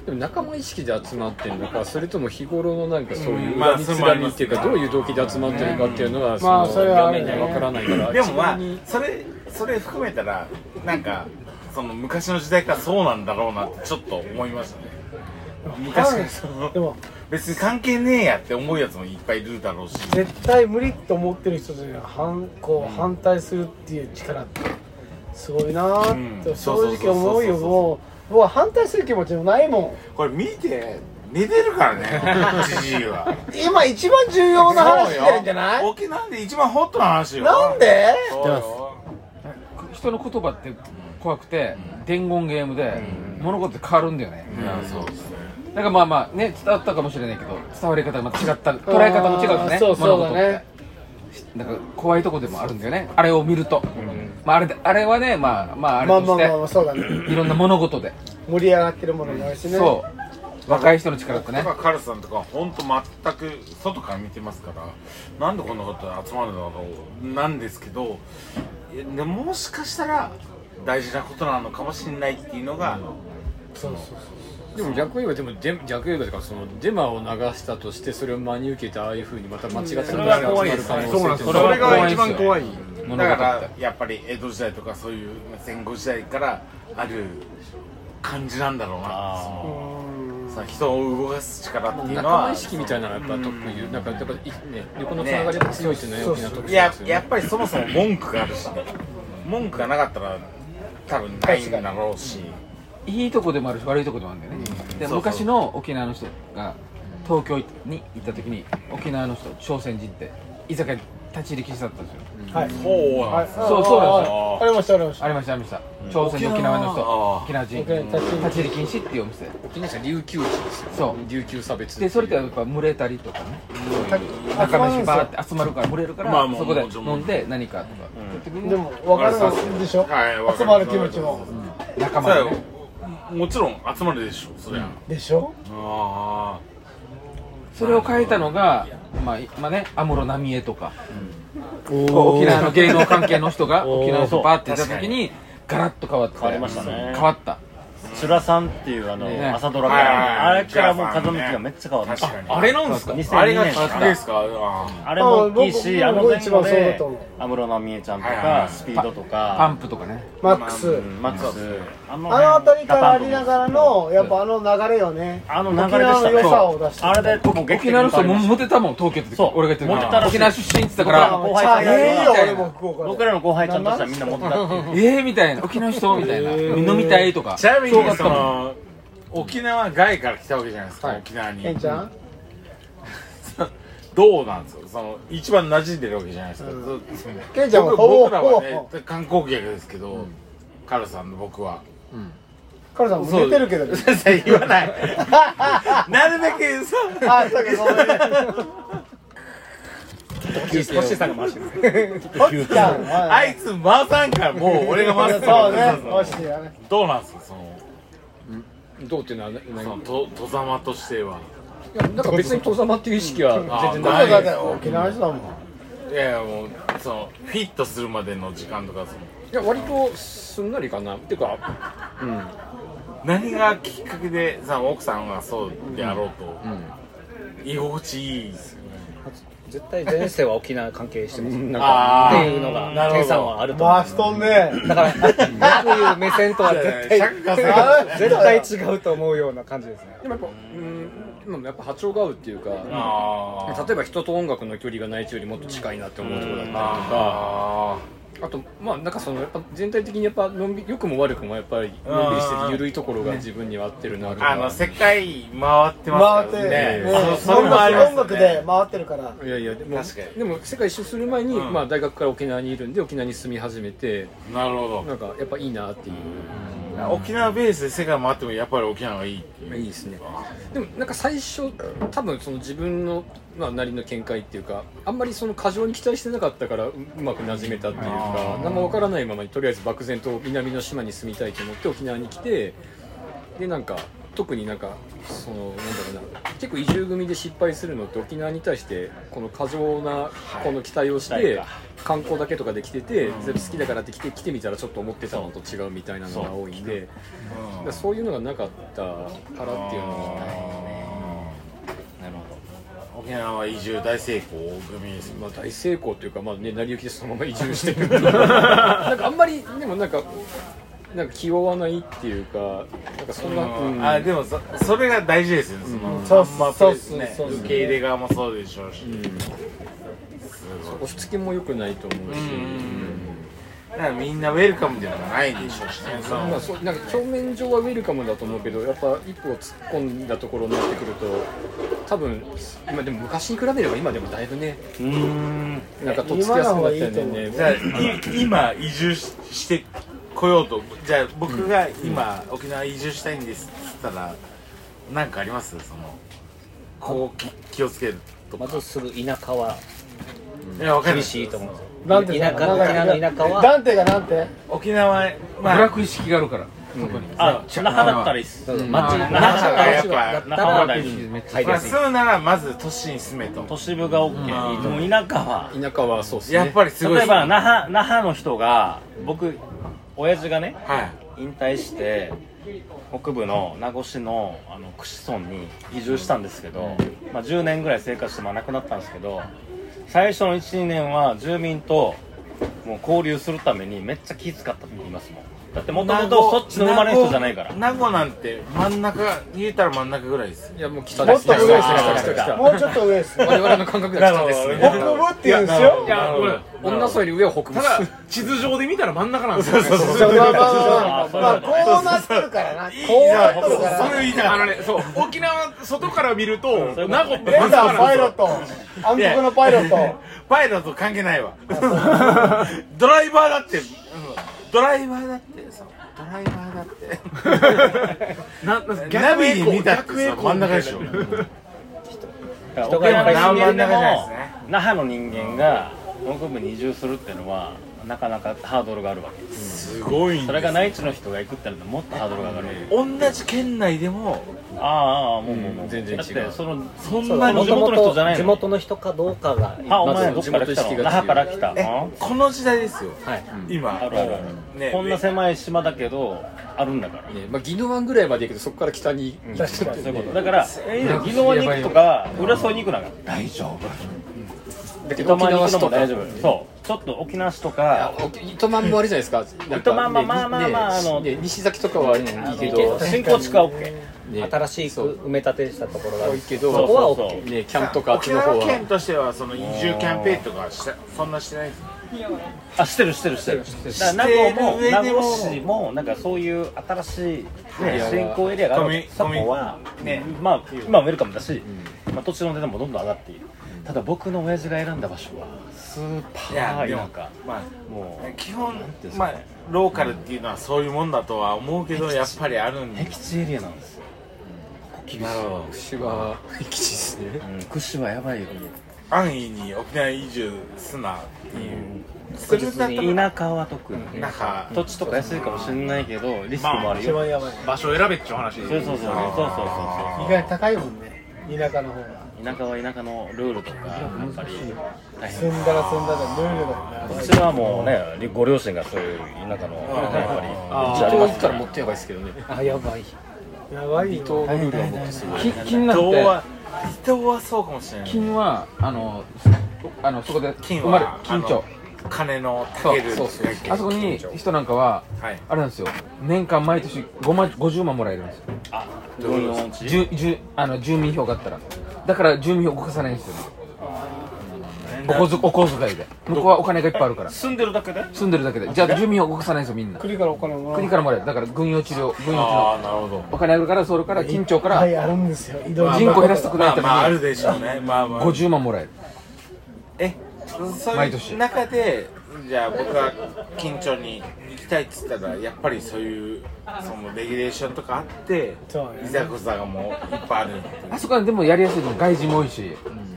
Speaker 13: でも仲間意識で集まってるのかそれとも日頃のなんかそういう
Speaker 6: うんまあ
Speaker 13: 恨みつ
Speaker 6: それもあ
Speaker 13: ら
Speaker 6: り
Speaker 13: み
Speaker 6: ま
Speaker 13: っ
Speaker 6: す
Speaker 13: ていうかどういう動機で集まってるかっていうのは
Speaker 5: まあそれはあるね
Speaker 13: 分からないから
Speaker 6: でもまあそれそれ含めたらなんかその昔の時代からそうなんだろうなってちょっと思いましたね昔からその
Speaker 5: でも
Speaker 6: 別に関係ねえやって思うやつもいっぱいいるだろうし
Speaker 5: 絶対無理と思ってる人たちに反こう反対するっていう力ってすごいなーって
Speaker 6: うん
Speaker 5: 正直思うよ
Speaker 6: そうそうそうそうそう
Speaker 5: もう僕は反対する気持ちもないも
Speaker 6: これ見て寝てるから ねじじいは
Speaker 5: 今一番重要な話してるんじゃない
Speaker 6: そうよ沖縄で一番ホットな話よ
Speaker 5: なんで
Speaker 6: そうよ
Speaker 2: 人の言葉って怖くて、伝言ゲームで、物事って変わるんだよね、
Speaker 6: うんそうですね
Speaker 2: だからまあまあね伝わったかもしれないけど伝わり方が違った捉え方も違うしね
Speaker 5: あーそうそう
Speaker 2: 物
Speaker 5: だ
Speaker 2: 事っ
Speaker 5: ね
Speaker 2: てなんか怖いとこでもあるんだよねあれを見ると、まあ、あれであれはねまあまああれ
Speaker 5: まあ
Speaker 2: と
Speaker 5: ま
Speaker 2: し
Speaker 5: あ
Speaker 2: て、
Speaker 5: まあまあそうだね
Speaker 2: いろんな物事で、
Speaker 5: 盛り上がってるものもあるしね
Speaker 2: そう若い人の力って
Speaker 6: 僕
Speaker 2: ね
Speaker 6: とかカルさんとか本当全く外から見てますからなんでこんなこと集まるのかなんですけどいやでももしかしたら大事なことなのかもしれないっていうのが、そうそう
Speaker 13: でも逆言えばでもジェ逆言えばというかそのデマを流したとしてそれを真に受けてああいうふうにまた間違ったことが集まる可能性
Speaker 6: そうなん
Speaker 13: っ
Speaker 6: で
Speaker 13: てい
Speaker 6: す
Speaker 13: う
Speaker 6: よ
Speaker 13: の
Speaker 6: そ
Speaker 13: は
Speaker 6: れが一番怖い
Speaker 13: 物語
Speaker 6: だ
Speaker 13: って
Speaker 6: からやっぱり江戸時代とかそういう戦後時代からある感じなんだろうなそのさ人を動かす力っていうの
Speaker 13: 仲
Speaker 6: は
Speaker 13: 間意識みたいなのがやっぱ得意で、なんかやっぱいね横のつながりが強いっていうのは大きな特徴
Speaker 6: いや
Speaker 13: ですよ
Speaker 6: や
Speaker 13: ね
Speaker 6: っぱりそもそも文句があるしね文句がなかったら多分ないんだろうし
Speaker 2: いいとこでもあるし悪いとこでもあるんだよね、で
Speaker 6: そう
Speaker 2: 昔の沖縄の人が東京に行った時に沖縄の人朝鮮人って居酒屋立ち入り禁止だったんですよ、
Speaker 5: はい
Speaker 6: そうなんですよ
Speaker 2: そうそうなんですよ
Speaker 5: ありましたありました
Speaker 2: ありましたありました朝鮮の沖縄の人沖縄人
Speaker 5: 沖縄に立ち入り
Speaker 2: 立ち入り禁止っていうお店
Speaker 13: 沖縄じゃ琉球地ですよね
Speaker 2: そう
Speaker 13: 琉球差別
Speaker 2: でそれってやっぱ群れたりとかね
Speaker 5: た
Speaker 2: 仲間
Speaker 5: 集まるん
Speaker 2: に
Speaker 5: ですよ
Speaker 2: バーって集まるから群れるから、
Speaker 6: まあもう
Speaker 2: そこで
Speaker 6: もう
Speaker 2: 飲んで何かとか、って時に
Speaker 5: でも分かるでしょ
Speaker 6: はいわかる
Speaker 5: 集まる気持ちも
Speaker 2: 仲間
Speaker 6: さ
Speaker 2: で、ね、
Speaker 6: あもちろん集まるでしょそりゃ、
Speaker 5: でしょ
Speaker 6: あ
Speaker 2: それを変えたのがまあいまあね安室奈美恵とか、こう沖縄の芸能関係の人が沖縄の人バーって出た時にガラッと変わって
Speaker 11: 変わりましたね
Speaker 2: 変わった
Speaker 11: チュラさんっていうあの、
Speaker 2: ね
Speaker 11: 朝ドラ
Speaker 6: はいはいはい
Speaker 11: があれからもう
Speaker 6: チュラ
Speaker 11: 風
Speaker 6: さん
Speaker 11: 向き
Speaker 6: ね
Speaker 11: がめっちゃ変わっ
Speaker 6: あ
Speaker 11: た
Speaker 6: 確かに
Speaker 13: あれなんですか
Speaker 11: 2002年
Speaker 6: ああれがきっ
Speaker 11: から
Speaker 6: かけですかあー
Speaker 11: あれも大きいし
Speaker 5: あ
Speaker 11: あ
Speaker 5: 僕
Speaker 11: の前
Speaker 5: 僕も一番
Speaker 11: 後
Speaker 5: そうだ
Speaker 11: で
Speaker 5: と思
Speaker 11: 安室奈美恵ちゃんと
Speaker 6: はいはいは
Speaker 11: か
Speaker 6: い
Speaker 11: スピードと
Speaker 2: パン
Speaker 11: か
Speaker 2: プとかね
Speaker 5: マックス
Speaker 11: マックスあの
Speaker 5: あの辺りからありながらのやっぱあの流れよね
Speaker 11: あの流れでした
Speaker 5: 沖縄の
Speaker 11: ね
Speaker 5: 良さを出して
Speaker 11: あれで僕
Speaker 2: 沖縄の人もモテたもん東京って時
Speaker 11: そう
Speaker 2: 俺が言って
Speaker 11: モ
Speaker 2: る
Speaker 11: テたらしい
Speaker 2: 沖縄出身って言ってたか
Speaker 11: 僕ら
Speaker 2: ら
Speaker 11: の後輩
Speaker 5: あ
Speaker 2: み
Speaker 5: ええよ
Speaker 11: たちが
Speaker 2: たいな
Speaker 5: 俺も福岡で
Speaker 11: 僕らの後輩ちゃんとしてはみんな持ってたっていう
Speaker 2: ええみたいな沖縄の人みたいな飲みたいとか
Speaker 6: ちなみ
Speaker 2: そうだ
Speaker 6: に
Speaker 2: っ
Speaker 6: そ
Speaker 2: たもん
Speaker 6: の沖縄外から来たわけじゃないですか、沖縄に
Speaker 5: ケンちゃん
Speaker 6: どうなんですかその一番馴染んでるわけじゃないですか、
Speaker 5: うん
Speaker 6: そう
Speaker 5: ケンちゃんは
Speaker 6: 僕
Speaker 5: ほぼ
Speaker 6: 僕らは
Speaker 5: ほ
Speaker 6: ね
Speaker 5: ぼ
Speaker 6: 観光客ですけど、カルさんの僕は
Speaker 5: カルさんも出てるけどね
Speaker 6: 言わ ないなるべくそ
Speaker 5: あそうかごめんね
Speaker 8: 星さんが回してる
Speaker 5: ホッちゃん
Speaker 6: あ
Speaker 5: はい
Speaker 6: いつ回さんからもう俺が回す
Speaker 5: そうねホッやね
Speaker 6: どうなんですかその
Speaker 13: どうっていうのは
Speaker 6: そ
Speaker 13: 何
Speaker 6: のと戸ざまとしてはい
Speaker 13: やなんか別に父様っていう意識は全然
Speaker 6: あ
Speaker 13: ない
Speaker 5: だって沖縄の人だもん
Speaker 6: いやいやもうそのフィットするまでの時間とかその
Speaker 13: いや割とすんなりかなっていうか
Speaker 6: 何がきっかけでさ奥さんがそうであろうと、居心地いいですよね
Speaker 8: 絶対前世は沖縄関係してますなん
Speaker 6: あ
Speaker 8: か
Speaker 6: ー
Speaker 8: っていうのが
Speaker 6: なるほど
Speaker 8: 計算はあると思う
Speaker 5: 回しとんね
Speaker 8: だから僕いう目線とは絶対
Speaker 6: 釈迦さん
Speaker 8: 絶対違うと思うような感じですね
Speaker 13: でもやっぱうん今もやっぱ波長が合うっていうか
Speaker 6: あー
Speaker 13: 例えば人と音楽の距離がない人よりもっと近いなって思うところだったりとか
Speaker 6: あ
Speaker 13: あとまあなんかそのやっぱ全体的にやっぱのんび良くも悪くもやっぱりのんびりしてて緩いところが自分には合ってるなと
Speaker 6: ーあ
Speaker 13: か
Speaker 6: の世界回って
Speaker 5: 回
Speaker 6: ま
Speaker 5: っ
Speaker 6: す
Speaker 5: て
Speaker 6: から
Speaker 5: ね
Speaker 6: ね
Speaker 5: ね
Speaker 6: そそれもありま
Speaker 5: 音
Speaker 6: すよ
Speaker 5: 楽
Speaker 6: ね
Speaker 5: で回ってるから
Speaker 13: いやいやでも
Speaker 6: 確かに
Speaker 13: でも世界一周する前に、
Speaker 6: うん
Speaker 13: まあ、大学から沖縄にいるんで沖縄に住み始めて
Speaker 6: なるほど
Speaker 13: なんかやっぱいいなっていう、
Speaker 6: 沖縄ベースで世界回ってもやっぱり沖縄がいいっていう
Speaker 13: いいですねでもなんか最初多分その自分の、まあ、なりの見解っていうかあんまりその過剰に期待してなかったからううまくなじめたっていうか
Speaker 6: あー
Speaker 13: 何もわからないままにとりあえず漠然と南の島に住みたいと思って沖縄に来てでなんか特になんかそのなんだろうな結構移住組で失敗するのって沖縄に対してこの過剰なこの期待をして、
Speaker 11: はい
Speaker 13: 観光だけとかで来てて全部好きだからって来て来てみたらちょっと思ってたのと違うみたいなのが多いんでだからそういうのがなかったからっていうのは。
Speaker 6: なるほど沖縄は移住大成功組ですよ
Speaker 13: まあ、大成功というか、まあね、成り行きでそのまま移住していくっていうなんかあんまりでもなんかなんか気負わないっていうかなんかそんな、うん
Speaker 6: あでもそそれが大事ですよねその、
Speaker 5: そうっす
Speaker 6: あんま
Speaker 5: そうっ
Speaker 6: ですすね
Speaker 5: そうっす
Speaker 6: 受け入れ側もそうでしょうし、
Speaker 13: 押し付けも良くないと思うし、
Speaker 6: うんからみんなウェルカムでもないでしょうしねそ
Speaker 13: まあ、そうなんか表面上はウェルカムだと思うけどやっぱ一歩突っ込んだところになってくると多分今でも昔に比べれば今でもだいぶね
Speaker 6: うん
Speaker 13: なんかとっつきやすくなったよね
Speaker 6: じゃあい今移住ししてこようとじゃあ僕が今、沖縄移住したいんですっつったら何かありますそのこうき気をつけるとか
Speaker 9: まずすぐ田舎は厳しいと思うんですよ
Speaker 5: なんて
Speaker 9: 田舎沖縄の田舎は
Speaker 5: ダンテがなんて
Speaker 6: 沖縄
Speaker 3: ブラック意識があるからそこに
Speaker 9: あ那覇だったらいいっす
Speaker 3: うん
Speaker 9: まず
Speaker 3: 那
Speaker 9: 那覇
Speaker 6: が
Speaker 9: が
Speaker 6: や
Speaker 9: や
Speaker 6: っぱ
Speaker 9: っぱ
Speaker 6: 那
Speaker 9: 那
Speaker 6: 覇が
Speaker 9: 覇が
Speaker 6: い
Speaker 9: い
Speaker 6: い
Speaker 9: い
Speaker 6: めっ
Speaker 9: 入りやすい
Speaker 6: 住むならまず都市に住めと
Speaker 9: 都市部が OK もう田舎は
Speaker 13: 田舎はそうですね
Speaker 6: やっぱりすごい
Speaker 9: 例えば那覇那覇の人が僕親父がね、引退して北部の名護市のあの串村に移住したんですけど、まあ、10年ぐらい生活して、まあ、亡くなったんですけど最初の12年は住民ともう交流するためにめっちゃ気遣ったって言いますもんだってもともとそっちの生まれの人じゃないから
Speaker 6: 名護なんて真ん中言えたら真ん中ぐらいですい
Speaker 13: やもう
Speaker 6: 北
Speaker 5: もっと上ですもうちょっと上です北部って言うんですよ
Speaker 2: いやほら
Speaker 13: 女層より上は北
Speaker 2: ただ地図上で見たら真ん中なんです
Speaker 6: そうそう
Speaker 5: そうまあまあまあまあこう
Speaker 2: な
Speaker 5: ってるからなこうなってるから
Speaker 2: それ言いたいあのねそう沖縄外から見ると名護って
Speaker 5: レーダーパイロッ
Speaker 2: ト
Speaker 5: ト暗黒のパイロット
Speaker 6: パイロット関係ないわドライバーだってうんドライバーだってさドライバーだって
Speaker 2: な
Speaker 6: ナビに見たって
Speaker 2: 逆栄
Speaker 6: さ
Speaker 2: 光
Speaker 6: 真ん中でしょ
Speaker 9: 人がいっぱい死んでるの
Speaker 6: 真ん中じゃない
Speaker 9: も
Speaker 6: ですね
Speaker 9: 那覇の人間が北部に移住するっていうのはなかなかハードルがあるわけです、
Speaker 6: すごいんですよ
Speaker 9: それが内地の人が行くってのはもっとハードルが上がるわけ
Speaker 6: 同じ県内でも
Speaker 9: ああああもうもうもう、
Speaker 13: 全然違う
Speaker 9: だってその
Speaker 6: そん
Speaker 9: そ
Speaker 6: なに
Speaker 9: 地元の人じゃない
Speaker 6: 地
Speaker 9: の
Speaker 6: 元
Speaker 9: 元
Speaker 6: の
Speaker 9: の
Speaker 6: 人
Speaker 9: かどうかが
Speaker 6: 今
Speaker 9: あお前
Speaker 6: ま
Speaker 9: ど
Speaker 6: ず
Speaker 9: っから来た
Speaker 6: 地元意識が強い
Speaker 9: の那覇から来た
Speaker 6: え
Speaker 9: の
Speaker 6: この時代ですよ
Speaker 9: はい、
Speaker 6: 今
Speaker 9: あるあるある、こんな狭い島だけどあるんだから、
Speaker 13: まあ、宜野湾ぐらいまで行くけどそこから北に行く
Speaker 9: そういうことだから宜野湾に行くとか浦添に行くなら大丈夫だけど沖縄市とか大丈夫そうちょっと沖縄市とか
Speaker 13: 糸満もあれじゃないですかなんか
Speaker 9: 糸満まあまあまあまああの
Speaker 13: ね西崎とかはいいけ
Speaker 9: いいけ
Speaker 13: ど
Speaker 9: ど新興地区は OK
Speaker 13: 新しい埋め立てしたところが
Speaker 9: 多いけど
Speaker 13: そこは
Speaker 9: そうそう
Speaker 13: OK ねキャンプとかあっち
Speaker 6: 沖
Speaker 13: の方
Speaker 6: 縄
Speaker 13: は
Speaker 6: 県としてはその移住キャンペーンとかしたそんなしてないです
Speaker 9: あしてるしてるしてる
Speaker 6: してる
Speaker 9: だから名護
Speaker 6: し
Speaker 9: も
Speaker 6: てる
Speaker 9: 名
Speaker 6: 上でも
Speaker 9: 護市もなんかそういう新しい
Speaker 6: エリアが
Speaker 9: ね新興エリアがあるわけ
Speaker 6: コミ
Speaker 9: そこはねまあ今はウェルカムだしまあ土地の値段もどんどん上がっているただ僕の親父が選んだ場所はスーパ
Speaker 6: いやでも
Speaker 9: ー田舎
Speaker 6: まあ
Speaker 9: もう
Speaker 6: 基本まあローカルっていうのはそういうもんだとは思うけどやっぱりあるんで
Speaker 9: 僻地エリアなんですよ
Speaker 6: なるほど
Speaker 13: 串は僻地ですね
Speaker 9: 串はやばいよ
Speaker 6: 安易に沖縄移住すなっていうそれだと
Speaker 9: 田舎は特に
Speaker 6: 田舎
Speaker 9: 土地とか安いかもしれないけどリスクもあるよ、
Speaker 2: 場所選べっちゅう話
Speaker 9: そうそうそうそうそうそう
Speaker 5: 意外と高いもんね田舎の方が
Speaker 9: 田舎は田舎のルールとかやっぱり大変
Speaker 5: 住んだら住んだらルールが
Speaker 9: うちはもうねご両親がそういう田舎のねやっぱり
Speaker 13: あー
Speaker 9: うちあり
Speaker 13: 離島行
Speaker 9: ます
Speaker 13: ったらもっとやばいですけどね
Speaker 9: あやばい
Speaker 5: やばい
Speaker 13: 離島のルールはもっとすごい
Speaker 3: き金なんて
Speaker 6: 人は人はそうかもしれない
Speaker 3: 金はあのあのそこで
Speaker 6: 金
Speaker 3: 生まれ
Speaker 6: は
Speaker 3: 金
Speaker 6: あ
Speaker 3: 鳥
Speaker 6: の金の
Speaker 3: そ
Speaker 6: た
Speaker 3: う
Speaker 6: ける
Speaker 3: そうそうあそこに人なんかは、
Speaker 6: はい
Speaker 3: あれなんですよ年間毎年5万50万もらえるんですよ
Speaker 9: どういうのうち
Speaker 3: 住住あの住民票があったらだから住民票動かさないんですよねお小づお小遣いで向こうはお金がいっぱいあるから
Speaker 9: 住んでるだけで
Speaker 3: 住んでるだけでじゃあ住民票動かさないんですよみんな
Speaker 5: 国からお金もらう
Speaker 3: 国からもらえるだから軍用治療軍用
Speaker 6: ああ
Speaker 3: 治
Speaker 6: なるほど
Speaker 3: 療お金あるからそれから緊張か
Speaker 5: はい
Speaker 3: ら
Speaker 5: あるんですよ移動
Speaker 3: 人口減らしたくないために
Speaker 6: まあまああるでしょうねまあまあ
Speaker 3: 50万もらえる
Speaker 6: えそう
Speaker 3: 毎
Speaker 6: い
Speaker 3: 年
Speaker 6: う中でじゃあ僕は緊張に行きたいっつったらやっぱりそういうそのレギュレーションとかあって
Speaker 5: そう
Speaker 6: いざこざがもういっぱいある
Speaker 3: あそこはでもやりやすいの外人も多いし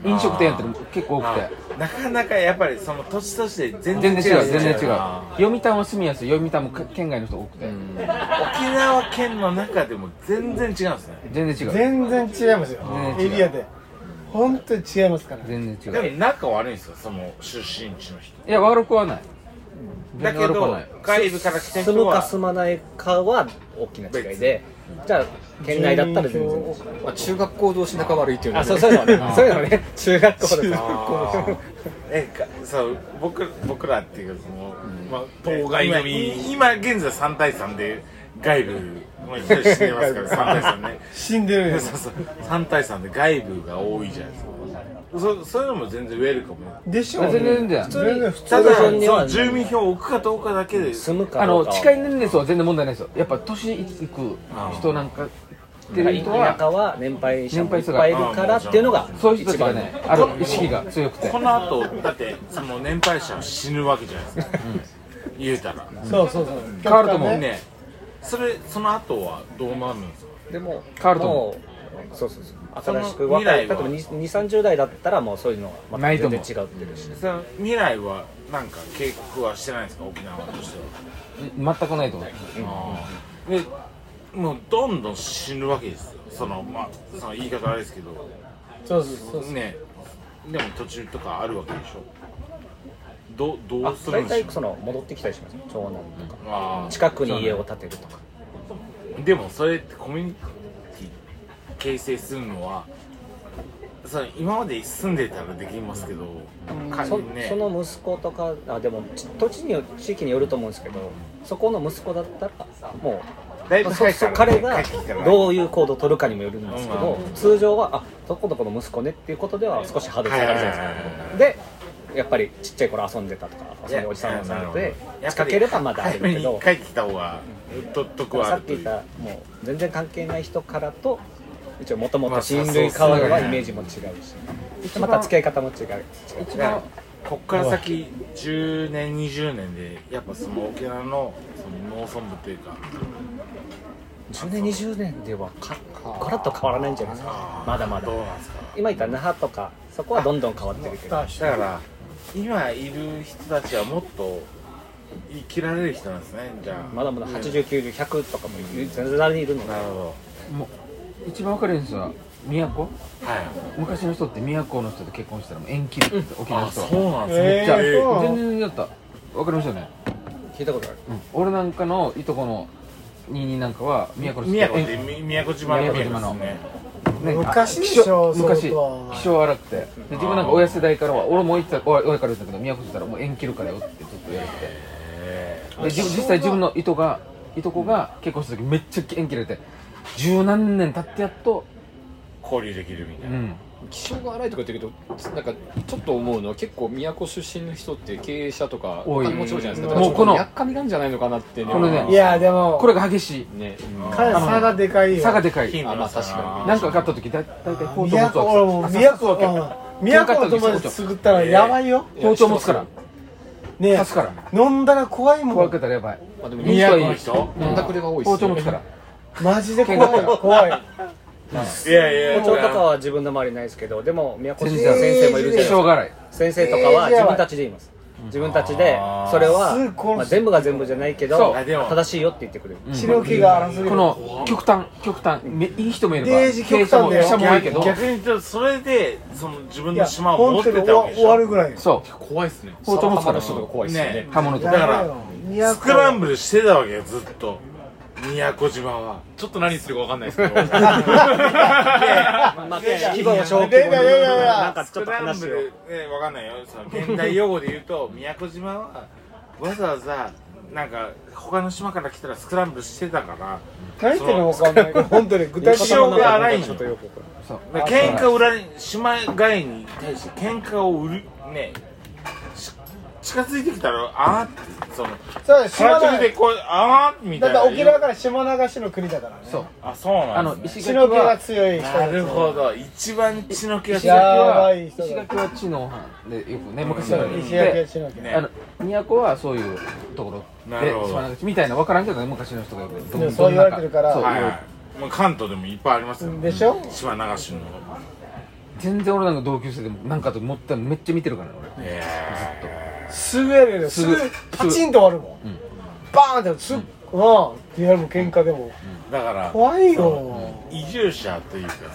Speaker 3: 飲食店やってるの結構多くて
Speaker 6: なかなかやっぱりその土地として全
Speaker 3: 全
Speaker 6: 然
Speaker 3: 然
Speaker 6: 違う
Speaker 3: 違う全然違う
Speaker 6: あ
Speaker 3: 読谷は住みやすい読谷も県外の人多くて
Speaker 6: ー沖縄県の中でも全然違うんですね
Speaker 3: 全然違う
Speaker 5: 全然違いますよ
Speaker 3: 全然
Speaker 5: エ
Speaker 3: 違う
Speaker 5: リアで本当に違いますから
Speaker 3: 全
Speaker 6: でも仲悪いんですよその出身地の人
Speaker 3: いや悪くはない
Speaker 6: だけど外部から来た人
Speaker 9: 住むか
Speaker 6: は
Speaker 9: 住まないかは
Speaker 13: 大きな違いでじゃあ
Speaker 9: 県内だったら全然
Speaker 13: まあ、中学校同士仲悪いっていう
Speaker 9: あそうそういうのねそういうのね
Speaker 13: 中学校で
Speaker 6: えかそう僕僕らっていうかその、まあ
Speaker 2: 当該組
Speaker 6: 今今現在3対3で外部まあ、一人死んでます から、3対3ね。
Speaker 5: 死んでるよ
Speaker 6: そうそう。3対3で外部が多いじゃないですか。そそういうのも全然ウェルカム
Speaker 5: でしょうね全然だよ
Speaker 6: 普通
Speaker 5: 全然
Speaker 6: に
Speaker 5: 普通
Speaker 6: ただ
Speaker 5: だよ
Speaker 6: そう住民票を置くかどうかだけで住む
Speaker 3: あの近
Speaker 6: い
Speaker 3: い年齢層は全然問題ないですよやっぱ年いく人なんかってる人は
Speaker 9: 田舎は年配者
Speaker 3: 年
Speaker 9: も
Speaker 3: 配
Speaker 9: いっ
Speaker 3: 者が
Speaker 9: ぱいいるからっていうのが
Speaker 3: そういう人たちがねある意識が強くて
Speaker 6: この後だってその年配者は死ぬわけじゃないですか、言うたら
Speaker 5: そうそうそう
Speaker 3: 変わると思う
Speaker 6: ねそれその後はどうなるんですか
Speaker 9: でも
Speaker 3: 変わると思
Speaker 9: もうそうそう
Speaker 6: そ
Speaker 9: そう
Speaker 6: の
Speaker 9: 新しく若い
Speaker 6: 未
Speaker 9: 例え
Speaker 6: 来は
Speaker 9: ば2三3 0代だったらもうそういうのが
Speaker 3: ないと
Speaker 9: 全
Speaker 3: 思
Speaker 9: 然
Speaker 3: う
Speaker 9: 違うってるし
Speaker 6: その未来はなんか計画はしてないんですか沖縄としては
Speaker 3: 全くないと思う
Speaker 6: あーでもうどんどん死ぬわけですよそのまあその言い方あれですけど
Speaker 5: そうそうそう
Speaker 6: ねでも途中とかあるわけでしょどど
Speaker 9: あ
Speaker 6: うする
Speaker 9: 大
Speaker 6: んでし
Speaker 9: 体
Speaker 6: ょ
Speaker 9: その戻ってきたりします長男とか
Speaker 6: うあー
Speaker 9: 近くに家を建てるとか
Speaker 6: でもそれってコミュニティ形成するのはそれ今まで住んでたらできますけど、か
Speaker 9: そ
Speaker 6: ね
Speaker 9: その息子とかあでもち土地によ地域によると思うんですけどそこの息子だったらもう
Speaker 6: だいぶ
Speaker 9: そ
Speaker 6: 早く
Speaker 9: そ
Speaker 6: からね
Speaker 9: 彼が
Speaker 6: 帰ってきたらね
Speaker 9: どういう行動を取るかにもよるんですけど、
Speaker 6: うん
Speaker 9: 通常はあどこどこの息子ねっていうことでは少しハードル下がるじゃない
Speaker 6: はいはいはい
Speaker 9: ですかでやっぱりちっちゃい頃遊んでたとか遊ん
Speaker 6: い
Speaker 9: で
Speaker 6: や
Speaker 9: おじさんおばさんとかで
Speaker 6: やっぱ
Speaker 9: 近
Speaker 6: り
Speaker 9: ければまだあるけど
Speaker 6: 早めに帰ってきた方が得得はあ
Speaker 9: さ
Speaker 6: る
Speaker 9: っ
Speaker 6: と
Speaker 9: き
Speaker 6: い
Speaker 9: 言っ
Speaker 6: う
Speaker 9: たもう全然関係ない人からと一応もとも
Speaker 6: まあ
Speaker 9: と親類変わるは
Speaker 6: そうそうそう
Speaker 9: イメージも違うし、また付き合い方も違う
Speaker 3: 一
Speaker 6: だか
Speaker 3: 番
Speaker 6: らこっから先10年20年でやっぱその沖縄のその農村部というか
Speaker 9: 10年20年ではかガラッと変わらないんじゃないですかまだまだ
Speaker 6: どうなんですか
Speaker 9: 今言った那覇とかそこはどんどん変わってるけど
Speaker 6: だから今いる人たちはもっと生きられる人なんですねじゃあ
Speaker 9: まだまだ
Speaker 6: うん
Speaker 9: 8090100とかも全然誰にいるので
Speaker 6: なるほ
Speaker 3: もう一番わかるんですよ都
Speaker 6: どはい
Speaker 3: 昔の人って都の人と結婚したらもう縁切るって沖縄の人は
Speaker 6: あそうなんですね
Speaker 3: めっちゃ
Speaker 6: えー
Speaker 3: 全然だったわかりましたよね
Speaker 9: 聞いたことある
Speaker 3: 俺なんかのいとこのニーニーなんかは宮古の
Speaker 6: 宮古っ
Speaker 3: え
Speaker 6: てみ宮古島の
Speaker 3: 宮古島の
Speaker 6: ですね
Speaker 3: ね
Speaker 5: 昔で
Speaker 3: 気性
Speaker 5: しょ
Speaker 3: 昔
Speaker 5: 相当
Speaker 3: 気性荒くてで自分なんか親世代からは俺も言ってた親親から言ってたけど宮古島たらもう縁切るからよってずっと言われててで自分実際自分のいとがいとこが結婚した時めっちゃ縁切られて十何年経ってやっと
Speaker 6: 交流できるみた
Speaker 3: う
Speaker 6: いな、
Speaker 3: ん
Speaker 13: 気性が荒いとか言ってるけどなんかちょっと思うのは結構宮古出身の人って経営者とか
Speaker 3: 多い
Speaker 13: お金持ち多いじゃないですか
Speaker 3: もうこの
Speaker 13: やっかみなんじゃないのかなってね
Speaker 3: このね
Speaker 5: いやでも
Speaker 3: これが激しい
Speaker 13: ね
Speaker 5: 彼
Speaker 3: あの
Speaker 5: 差がでかいよ
Speaker 3: 差がでかい
Speaker 6: 頻度
Speaker 13: あまあ確
Speaker 6: か
Speaker 3: なんか買った時だ大体包丁持つ
Speaker 5: 宮
Speaker 3: わ
Speaker 5: 古俺もう宮古
Speaker 3: わけ
Speaker 5: うん宮古の友達作ったらやばいよ
Speaker 3: 包丁持つから
Speaker 5: ねえ
Speaker 3: 刺すから
Speaker 5: 飲んだら怖いも
Speaker 3: 怖
Speaker 5: ん
Speaker 3: くたらやばい
Speaker 13: まあでも
Speaker 3: 人
Speaker 6: 宮古の人
Speaker 13: 飲んだくれが多いっすね
Speaker 3: 包丁持つから
Speaker 5: マジで怖い怖い
Speaker 6: いやいやい
Speaker 9: 包丁とか
Speaker 6: や
Speaker 9: は自分の周りないですけどでも宮古市
Speaker 3: 全
Speaker 9: の
Speaker 3: 然
Speaker 9: 先生もいるじゃないで
Speaker 3: し
Speaker 9: す
Speaker 3: ょう
Speaker 9: か
Speaker 3: がない
Speaker 9: 先生とかは自分たちで言います自分たちでそれは
Speaker 5: すごい、
Speaker 9: まあ、全部が全部じゃないけど
Speaker 6: そうでも
Speaker 9: 正しいよって言ってくれる、
Speaker 5: 治療器が争い
Speaker 3: この極端極端めいい人もいれば
Speaker 5: デージ極端だよ
Speaker 3: 経営者も医者も多いけど
Speaker 6: 逆に言うとそれでその自分
Speaker 5: い
Speaker 6: の
Speaker 5: や
Speaker 6: 島を持
Speaker 5: 本
Speaker 6: っ
Speaker 5: 当
Speaker 6: て
Speaker 5: に
Speaker 6: た
Speaker 5: 終わ
Speaker 6: わけでし
Speaker 5: 終わ
Speaker 6: ょ
Speaker 5: るぐらい
Speaker 3: そう
Speaker 13: 怖いっすね
Speaker 3: 包丁持つから
Speaker 13: の人とか怖いっすよね
Speaker 6: ね
Speaker 3: 刃物と
Speaker 6: だ
Speaker 3: か
Speaker 6: から
Speaker 5: やばいよ宮古
Speaker 6: スクランブルしてたわけよずっと宮古島は
Speaker 14: ちょっと何するかわかんないですけど
Speaker 9: まあまあ規模も小規模も
Speaker 5: いやいやいや
Speaker 9: なんかちょっ
Speaker 6: スク
Speaker 9: と
Speaker 6: ラン
Speaker 9: 話
Speaker 6: ブ
Speaker 9: を
Speaker 6: ル、ね、わかんないよその現代用語で言うと宮古島はわざわざなんか他の島から来たらスクランブルしてたから
Speaker 5: 何言ってるのかわかんないけど本当に具体的
Speaker 6: 気性が荒いん
Speaker 9: ちょ
Speaker 6: よ
Speaker 9: っとよくわかんない
Speaker 3: そう
Speaker 6: 喧嘩を売られ島外に対して喧嘩を売るねし近づいてきたらあーってその
Speaker 5: そうだ島
Speaker 6: 原
Speaker 5: だ
Speaker 6: 宿でこうあーみた
Speaker 5: だ
Speaker 6: い
Speaker 5: って
Speaker 6: な
Speaker 5: 沖縄から島流しの国だからね
Speaker 3: そう
Speaker 6: あそう
Speaker 3: あ
Speaker 6: な
Speaker 3: の
Speaker 6: んです、ね、
Speaker 3: 石垣
Speaker 5: 血の気が
Speaker 3: は
Speaker 5: 強い人
Speaker 6: なるほど一番血の気が
Speaker 3: 石垣
Speaker 6: 強い
Speaker 5: やば
Speaker 3: はい
Speaker 5: 人だ
Speaker 3: 石垣は知能犯でよくね昔
Speaker 5: そ
Speaker 3: から
Speaker 5: う
Speaker 3: 言っ
Speaker 5: 石垣
Speaker 3: て
Speaker 5: は血の気
Speaker 6: ね
Speaker 3: あの都はそういうところ
Speaker 6: な
Speaker 3: で
Speaker 6: るほど
Speaker 3: 島流しみたいな分からんけどね昔の人が言うどん
Speaker 5: でもそう言われてるから
Speaker 3: そう
Speaker 6: はいはい、もう関東でもいっぱいありますよ、
Speaker 5: でしょ
Speaker 6: 島流しの
Speaker 3: 全然俺なんか同級生でもなんかと思ったらめっちゃ見てるからね俺
Speaker 6: え
Speaker 5: すぐやれるよ
Speaker 3: す
Speaker 5: す
Speaker 3: ぐ
Speaker 5: ぐパチンと終わるもん、バーンってすぐ、うん、いやもう喧嘩でも
Speaker 6: ーだから
Speaker 5: 怖いよ、
Speaker 6: 移住者というかその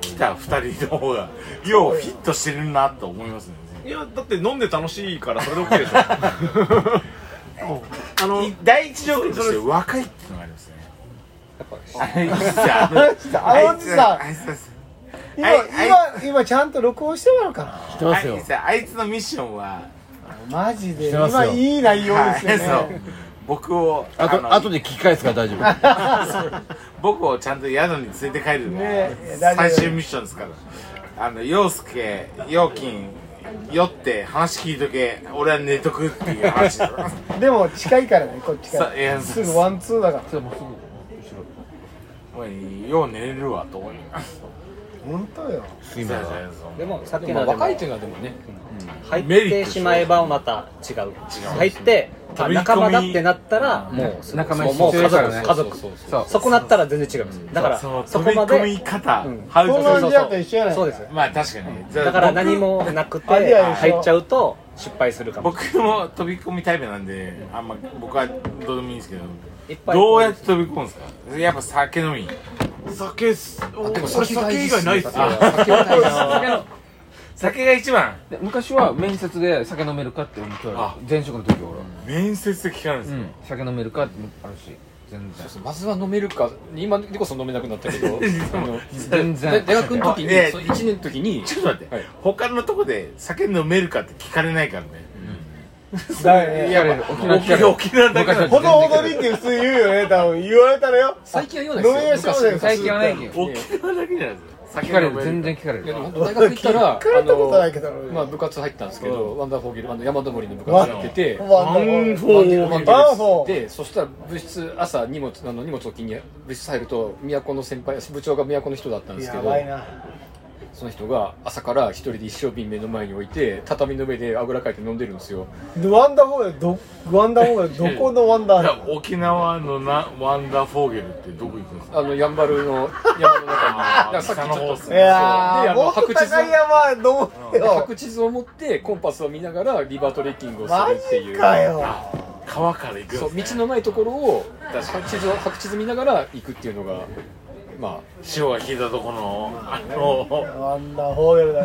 Speaker 6: 来た2人の方がようフィットしてるなと思いますね
Speaker 14: いやだって飲んで楽しいからそれで OK でしょあの
Speaker 6: い第一条件として若いっていうのがありますねやっぱあの人
Speaker 5: あのおじさん
Speaker 6: あいつです
Speaker 5: 今、
Speaker 6: はい
Speaker 5: 今今ちゃんと録音してもらうか
Speaker 2: てますよ
Speaker 6: あいつあいつのミッションは
Speaker 5: なマジ
Speaker 2: し
Speaker 5: で
Speaker 2: てます
Speaker 5: 今
Speaker 2: よ
Speaker 5: いい内容ですよね、
Speaker 6: はいそう
Speaker 2: 僕を
Speaker 11: あと後
Speaker 2: で
Speaker 11: で聞き返すから大丈夫
Speaker 2: 僕をちゃんと宿に連れて帰るのが
Speaker 5: ねえ大丈夫
Speaker 2: 最終ミッションですからあの陽介陽金酔って話聞いとけ俺は寝とくっていう話です
Speaker 5: でも近いからねこっちか
Speaker 2: さいや
Speaker 5: らすぐワンツーだから
Speaker 2: おいよう寝れるわと思いながら
Speaker 5: 本当よ
Speaker 2: 睡魔が
Speaker 9: でもさっき
Speaker 2: でも
Speaker 9: の
Speaker 2: 若い
Speaker 9: っていうのはでもね入っ
Speaker 2: メリッ
Speaker 9: て
Speaker 2: ト
Speaker 9: しまえばまた違う入ってあ
Speaker 2: 飛び込み
Speaker 9: 仲間だってなったらもう
Speaker 3: 仲間
Speaker 9: そ
Speaker 3: に
Speaker 9: うもう
Speaker 3: 必要
Speaker 9: 家
Speaker 3: だから
Speaker 9: 族
Speaker 3: ね
Speaker 9: 家族
Speaker 3: そう
Speaker 9: そこなったら全然違うんだから
Speaker 2: そう
Speaker 9: そこまで
Speaker 2: 飛び込み方
Speaker 9: うん
Speaker 2: ハウス
Speaker 9: そうそうそう
Speaker 5: と一緒やない
Speaker 9: そうです
Speaker 2: まあ確かにじゃあ
Speaker 9: だから
Speaker 2: 僕
Speaker 9: 何もなくて
Speaker 2: あいやいや
Speaker 9: 入っちゃうと失敗するかも
Speaker 2: 僕も飛び込みタイプなんであんま僕はどうでもいいんですけど
Speaker 9: ぱい
Speaker 2: どうやって飛び込むんですかやっぱ酒飲み
Speaker 6: 酒すお
Speaker 2: でも
Speaker 6: これ酒以外ないっすよ
Speaker 2: あ酒は大事だな
Speaker 6: 酒の
Speaker 2: 酒が一番
Speaker 3: で昔は面接で酒飲めるかって思って
Speaker 2: あ
Speaker 3: 前職の時俺は
Speaker 2: 面接で聞かれるんです
Speaker 3: か、うん酒飲めるかってあるし全然
Speaker 13: まずは飲めるか今でこそ飲めなくなったけどあの
Speaker 3: 全然
Speaker 13: 大学の時
Speaker 2: あええ
Speaker 13: にそう一年の時に
Speaker 2: ちょっと待って、他のとこで酒飲めるかって聞かれない からね、
Speaker 5: だよね
Speaker 2: いやまあ
Speaker 5: 沖縄
Speaker 2: 沖縄沖縄だから
Speaker 5: ほどほどにって普通言うよね多分言われたらよ
Speaker 13: 最近は言わない
Speaker 5: 飲み
Speaker 13: で
Speaker 5: やすい
Speaker 13: す
Speaker 5: もんね
Speaker 13: よ昔最近はないけど
Speaker 2: 沖縄だけじゃないですか
Speaker 13: 聞か
Speaker 2: 酒
Speaker 13: れる
Speaker 2: 飲め
Speaker 13: 全然
Speaker 3: 聞かれる
Speaker 13: いやでも本当大学行ったら
Speaker 5: 聞かれたことないけど
Speaker 13: あのまあ部活入ったんですけど、ワンダーフォーゲルあの山登りの部
Speaker 5: ワン
Speaker 13: 活やってて
Speaker 5: ワンダーフォーゲル
Speaker 13: ワンダーフ
Speaker 5: ワンダーフォー
Speaker 13: ォーゲルですでそしたら部室朝荷物あの荷物置きに部室入ると都の先輩部長が都の人だったんですけ
Speaker 5: や
Speaker 13: ど
Speaker 5: ばいな
Speaker 13: その人が朝から一人で一生瓶目の前に置いて畳の上であぐらかいて飲んでるんですよ
Speaker 5: ワンダーフォーゲルどワンダーフォーゲルどこのワンダー
Speaker 2: い
Speaker 5: フォ
Speaker 2: や沖縄のなワンダーフォーゲルってどこ行くんですか
Speaker 13: あのヤンバルの 山の中
Speaker 2: あー
Speaker 13: にさっきちょっとそう
Speaker 5: ー
Speaker 13: で
Speaker 5: いや
Speaker 13: あ
Speaker 5: ー
Speaker 13: の
Speaker 5: もっと
Speaker 13: 白地図
Speaker 5: 高い山登って
Speaker 13: で
Speaker 5: よ
Speaker 13: 白地図を持ってコンパスを見ながらリバートレッキングをす
Speaker 5: マ
Speaker 13: るっていう
Speaker 5: ジかよ
Speaker 2: 川から行くんです
Speaker 13: そ
Speaker 2: ね
Speaker 13: う道のないところを白地図を白地図見ながら行くっていうのがま
Speaker 2: 塩が引いたとこのあの
Speaker 5: ワンダーフォーゲルだ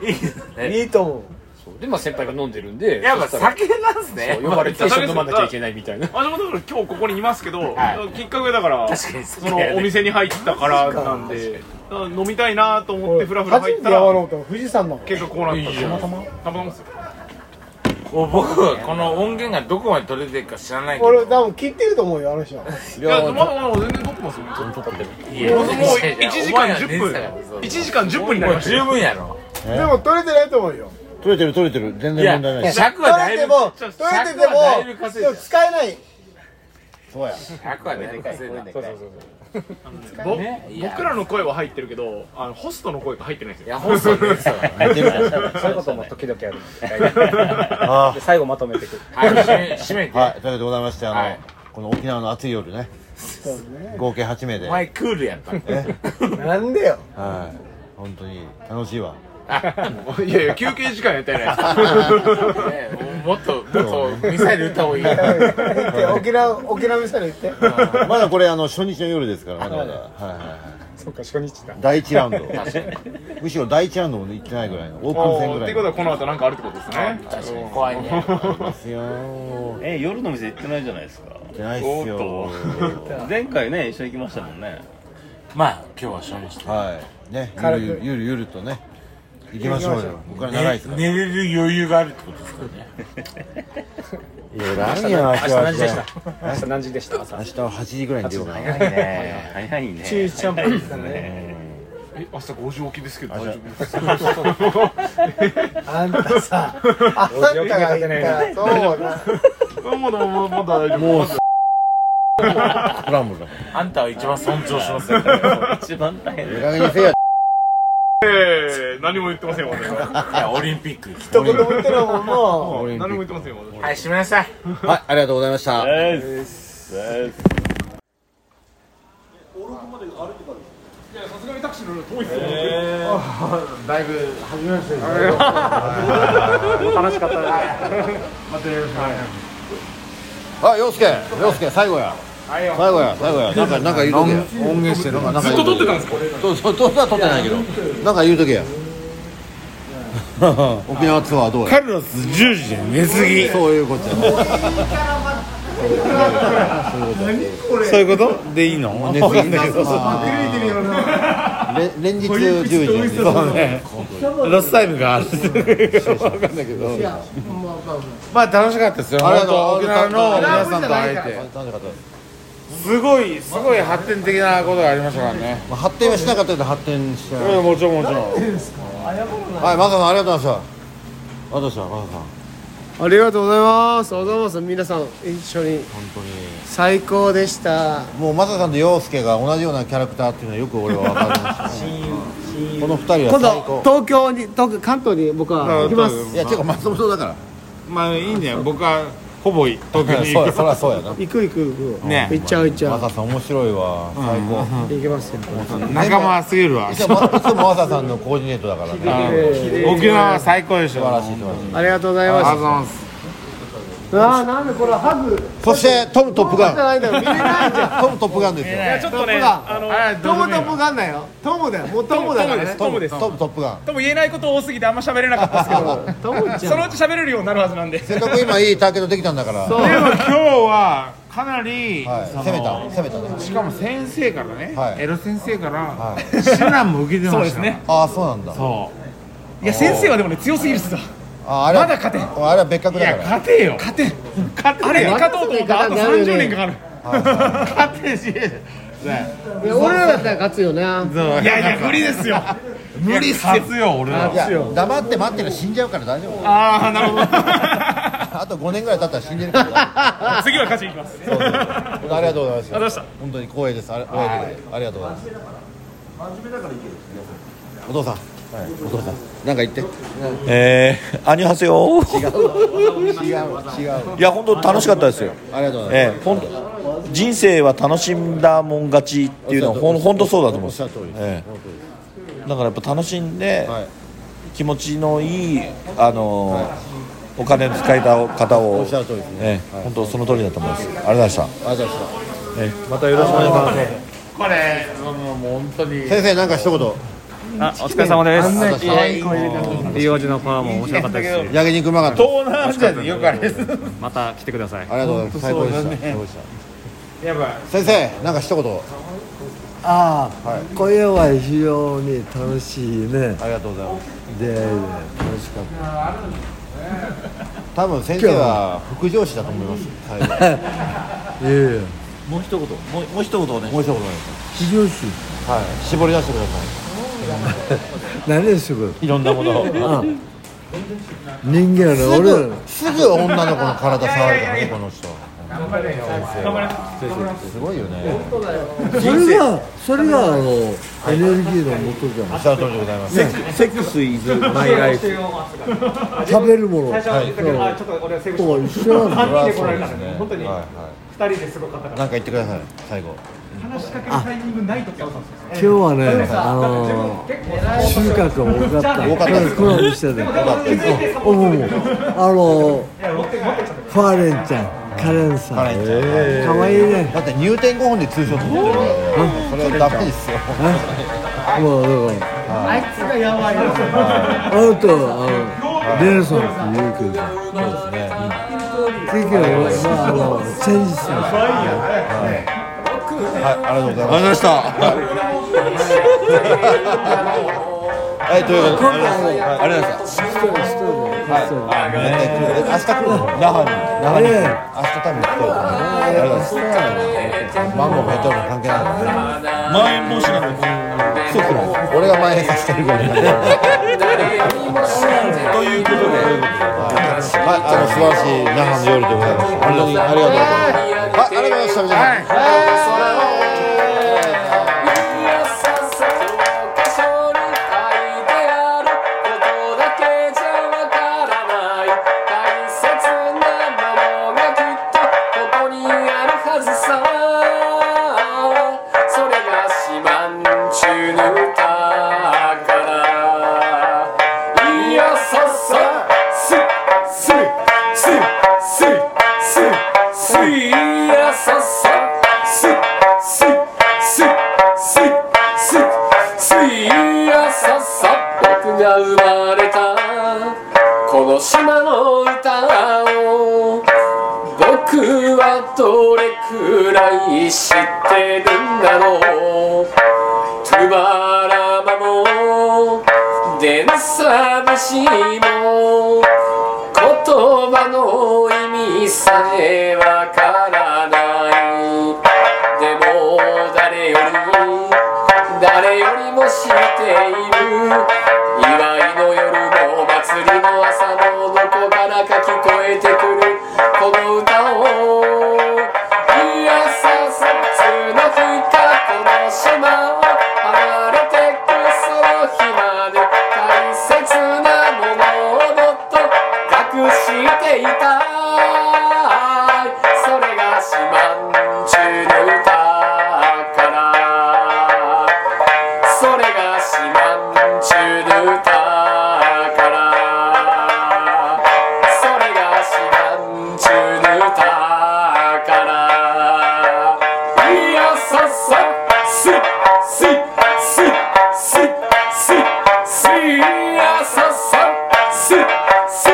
Speaker 2: いいです
Speaker 5: ね
Speaker 2: ね
Speaker 5: いいと思う
Speaker 13: あでまあ先輩が飲んでるんで
Speaker 2: やっぱ
Speaker 13: そしたら
Speaker 2: 酒なんすね
Speaker 13: そう呼ばれて一緒に飲まなきゃいけないみたいな
Speaker 6: あでもだから今日ここにいますけど、
Speaker 2: は
Speaker 6: きっかけだから
Speaker 2: 確かに
Speaker 6: そのお店に入ったからなんでだから飲みたいなと思ってフラフラ
Speaker 5: 初
Speaker 6: 入
Speaker 5: め
Speaker 6: ってた
Speaker 5: 山
Speaker 6: ら
Speaker 5: 登ったの富士山の
Speaker 6: 結果こうなった
Speaker 2: いいじゃん
Speaker 6: たまたまですよ
Speaker 2: もう僕はこの音源がどこまで取れてるか知らないけど
Speaker 5: 俺多分切ってると思うよあの人はい
Speaker 6: やまだまだ全然撮ってますよ撮ってる
Speaker 2: いや
Speaker 6: もう1時間
Speaker 2: いや
Speaker 6: 10
Speaker 2: いや
Speaker 6: 分1時間10分にな
Speaker 2: も
Speaker 6: り
Speaker 2: う
Speaker 6: ました
Speaker 2: 十
Speaker 6: よ
Speaker 2: 分やろ
Speaker 11: え
Speaker 5: でも取れてないと思うよ
Speaker 11: 取れてる取れてる全然問題ない
Speaker 2: いや
Speaker 11: です
Speaker 2: 尺は
Speaker 5: 取
Speaker 2: だ
Speaker 5: れ
Speaker 2: い
Speaker 5: て
Speaker 2: ぶ
Speaker 5: も取れて
Speaker 2: 尺はだいぶ
Speaker 5: ても
Speaker 2: 稼
Speaker 5: で
Speaker 2: い
Speaker 5: も使えない
Speaker 11: そうや
Speaker 2: 100はだいぶ稼いだ
Speaker 13: そうそうそう
Speaker 6: ぼ
Speaker 2: ねいや
Speaker 6: 僕らの声は入ってるけどあのホストの声が入ってないんですよ
Speaker 2: いやホストですよ
Speaker 11: 入ってるから
Speaker 9: そういうことも時々あるで最後まとめてくる
Speaker 2: はい締め締めて
Speaker 11: はいというわけでございましてあの、
Speaker 2: はい
Speaker 11: この沖縄の暑い夜ね
Speaker 5: そうね
Speaker 11: 合計8名
Speaker 2: お
Speaker 11: で
Speaker 2: 前クールやったんだ
Speaker 11: え
Speaker 5: なんでよ
Speaker 11: はい本当に楽しいわ
Speaker 6: いやいや休憩時間やったじゃないですか
Speaker 2: ねもっともっとミサイル撃った方がいいよ
Speaker 5: 言って 沖縄沖縄ミサイル行って
Speaker 11: まだこれあの初日の夜ですからまだまだ、はいはいはい
Speaker 15: そうか初日だ
Speaker 11: 第一ラウンドむしろ第一ラウンドも行ってないぐらいのオープン戦ぐ
Speaker 6: っ
Speaker 11: ら
Speaker 6: て
Speaker 11: い
Speaker 6: こと
Speaker 11: の
Speaker 6: はこの後なんかあるってことですね
Speaker 2: 確かに怖いね
Speaker 11: ですよ行
Speaker 16: え夜の店行ってないじゃないですか
Speaker 11: ってないっすよ
Speaker 16: お前回ね一緒に行きましたもんね
Speaker 2: まあ今日は初日
Speaker 11: はいねゆ
Speaker 5: 軽
Speaker 11: る
Speaker 5: く
Speaker 11: ゆるゆるとね行きましょうよ僕から長いですから、
Speaker 2: 寝寝れる余裕があるってことですからね
Speaker 11: いや何や明日は
Speaker 9: 何時でした明日何時でした朝
Speaker 11: 明日は8時ぐらいに出ようかな
Speaker 16: 早いね早いね
Speaker 5: 中シャンプーですからね
Speaker 6: え明日5時起きですけど大丈夫ですか
Speaker 5: あんたさ、あんたが言ったら、そうだ。
Speaker 6: まだまだまだ大丈夫
Speaker 11: もうスクランブルだ
Speaker 2: あんたは一番尊重しますよい
Speaker 16: 一番大変
Speaker 11: ええ加減にせえや
Speaker 6: えー何も言ってません私は
Speaker 2: やオリンピック行きた
Speaker 5: 一言も言ってないもんな。
Speaker 11: オリンピ
Speaker 6: 何も言
Speaker 11: ッ
Speaker 6: ってませんよ私
Speaker 2: はい締めなさい
Speaker 11: クはいありがとうございました
Speaker 16: ですです
Speaker 11: あ陽介陽介最後や最後や最後やなんかなんか言うとけや音源してなんかなんかずっと撮ってたんですかそうそうそうは撮ってないけどなんか言うとけ や沖縄ツアーどうやカルロス10時で寝すぎそういうことやそういうことでいいの寝すぎだけどれ連日10時そうねロスタイムがあるわかんないけど
Speaker 17: まあ楽しかったですよ
Speaker 11: ありがとう
Speaker 17: 本当沖縄の皆さんと会えてすごいすごい発展的なことがありましたからね
Speaker 11: まあ発展はしなかったけど発展しちゃう
Speaker 17: うんもちろんもちろん
Speaker 11: はいマサさんありがとうございましたありがとうございましたマサさん
Speaker 5: ありがとうございます。おどうもです。皆さん一緒に
Speaker 11: 本当に
Speaker 5: 最高でした。
Speaker 11: もうマサさんと陽介が同じようなキャラクターっていうのはよく俺は分かりま したねこの二人は
Speaker 5: 今度東京に東京関東に僕は行きます。
Speaker 11: いやてか松本だから
Speaker 17: まあいいんだよ僕はほぼ東京に
Speaker 11: そ
Speaker 17: 行
Speaker 11: うや
Speaker 17: く
Speaker 11: そりゃそうやな
Speaker 5: 行く行く行く。
Speaker 17: ね
Speaker 5: 行っちゃう行っちゃう。
Speaker 11: マサさん面白いわ最高
Speaker 5: 行きますよ。
Speaker 17: 仲間すぎるわ
Speaker 11: いつもいつもマサさんのコーディネートだか らね
Speaker 17: 沖縄は最高でしょ素晴らしい
Speaker 5: ありがとうございます。
Speaker 17: ありがとうございます
Speaker 5: ああなんでこれハグ。
Speaker 11: そしてトムトップガ
Speaker 5: じゃない
Speaker 11: ン
Speaker 5: んだよ見れないじゃん。
Speaker 11: トムトップガンですよ
Speaker 5: いやちょっとねあのトムトップガンだよ。トムだよ。もうトムだからね。
Speaker 11: トムですトムトップガン
Speaker 18: とも言えないこと多すぎてあんま喋れなかったです けどそのうち喋れるようになるはずなんで
Speaker 11: せっかく今いい体験できたんだから
Speaker 17: でも今日はかなり、その
Speaker 11: 攻めた攻めたね
Speaker 17: しかも先生からね、
Speaker 11: はい
Speaker 17: エロ先生から、指南も受けてました
Speaker 18: そうですね
Speaker 11: ああそうなんだ
Speaker 18: いや先生はでもね強すぎるっすわ
Speaker 11: ああれは
Speaker 18: まだ勝てん
Speaker 11: あれは別格だから
Speaker 17: 勝てよ
Speaker 18: 勝てんあれに勝とうと思ったらあと30年かかる
Speaker 17: 勝てんし
Speaker 5: いや俺らだったら勝つよね。
Speaker 17: いやいや無理ですよ無理っすよ俺ら
Speaker 11: いや黙って待ってる死んじゃうから大丈夫
Speaker 18: ああなるほど
Speaker 11: あと5年ぐらい経ったら死んでるから
Speaker 18: 次は勝ちに行きます
Speaker 11: そうそうあり
Speaker 18: ありが
Speaker 11: がとうございます
Speaker 18: とうございました
Speaker 11: 本当に光栄ですあれお会いできてありがとうございますお父さんお父さんなんか言って
Speaker 19: えー、アニュハセヨー
Speaker 11: 違う違う違う
Speaker 19: いや本当楽しかったですよ
Speaker 11: ありがとうござい
Speaker 19: えー、ほんと人生は楽しんだもん勝ちっていうのはほん本当そうだと思うんですよ、えー、だからやっぱ楽しんで、気持ちのいいあのーお金の使い方を
Speaker 11: おっしゃる通りですね
Speaker 19: えー本当その通りだと思いますありがとうございました、
Speaker 11: ますありがとうございまし
Speaker 19: えー
Speaker 11: たまたよろしくお願いします
Speaker 17: これもう本当に
Speaker 11: 先生なんか一言
Speaker 20: あお疲れ様です
Speaker 11: あんな可愛い子入れた
Speaker 20: いいおじのパワーも面白かったですし
Speaker 11: 焼き肉うまかった
Speaker 17: 東南アジアでよくあれです
Speaker 20: また来てくださいあり
Speaker 11: ありがとうございます最高でした最高でした先生なんか一言
Speaker 21: ああ、今夜は非常に楽しいね
Speaker 11: ありがとうございます
Speaker 21: 出会いで楽しかった
Speaker 11: 多分先生は副上司だと思います最後
Speaker 21: ええ
Speaker 19: もう一言もうもう一言ね
Speaker 11: もう一言
Speaker 21: 非常識
Speaker 11: はい絞り出してくださ
Speaker 21: 何ですぐ
Speaker 11: いいろんなものを
Speaker 21: うん人間
Speaker 11: い
Speaker 21: の俺らの
Speaker 11: すぐすぐ女の子の体触るからねこの人
Speaker 18: 頑張れよ頑張れ
Speaker 11: すごいよね
Speaker 21: それがそれがあのエネルギーの元じゃない
Speaker 11: おっしゃる通りでございます
Speaker 21: ね
Speaker 19: セックスイズマイライフ
Speaker 21: 食べるも
Speaker 18: 最
Speaker 21: の
Speaker 18: 初は言ったけど
Speaker 21: はい
Speaker 18: あちょっと俺はセーブ
Speaker 21: そう一緒 なんだ
Speaker 18: 3人で来られたからね本当に
Speaker 11: は
Speaker 18: 2人ですごかった
Speaker 11: い
Speaker 18: か
Speaker 11: なんから言ってください最後
Speaker 18: 話しかけるタイミングない時あったんです
Speaker 21: 今日
Speaker 18: よ
Speaker 21: はねあの収穫が多かった
Speaker 11: 多かったです
Speaker 21: このこの店でおおおあのファーレンちゃんカレンさん
Speaker 11: カレンちゃん
Speaker 21: かわいいね
Speaker 11: だって入店5分でツーショット撮ってるからねそれはダメですよ
Speaker 21: えもうだから
Speaker 5: あいつがやばいよ。
Speaker 21: あなたはあのレンさんって言うけど
Speaker 11: そうですね
Speaker 21: 結局俺はあのチェンジする
Speaker 11: はい、ありがとうございました。はい、ということで、ありがとうございました。はい、明日来るの。那覇に。那覇に。明日多分来てると思う。ありがとうございます。マンゴーメトロの関係ないからね。
Speaker 19: 前もしなく
Speaker 11: そうそう。俺が前へさせてるからね。ということで。はい、あの素晴らしい那覇の夜でございます。本当にありがとうございます。はい、ありがとうございました。皆さん。
Speaker 3: 僕が生まれたこの島の歌を僕はどれくらい知ってるんだろう t u b a r a しも言葉の意味さえわからないでも誰より誰よりも知っている祝いの夜も祭りの朝のどこからか聞こえてくるこの歌をいやささつの日かこの島を離れてくその日まで大切なものをもっと隠していたいそれが島んちゅの歌からそれが島んちゅの歌からそれが島んちゅの歌からいやささすすすすすすいやささすすす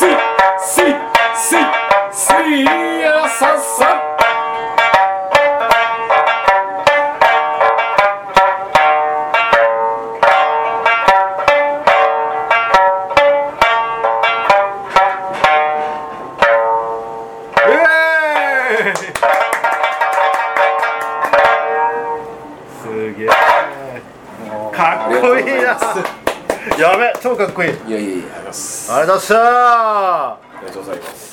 Speaker 3: すすすいやささ
Speaker 1: すげえかっこいいなやべ超かっこいいいやいやいやありがとうございますありがとうございました
Speaker 19: ありがとうございます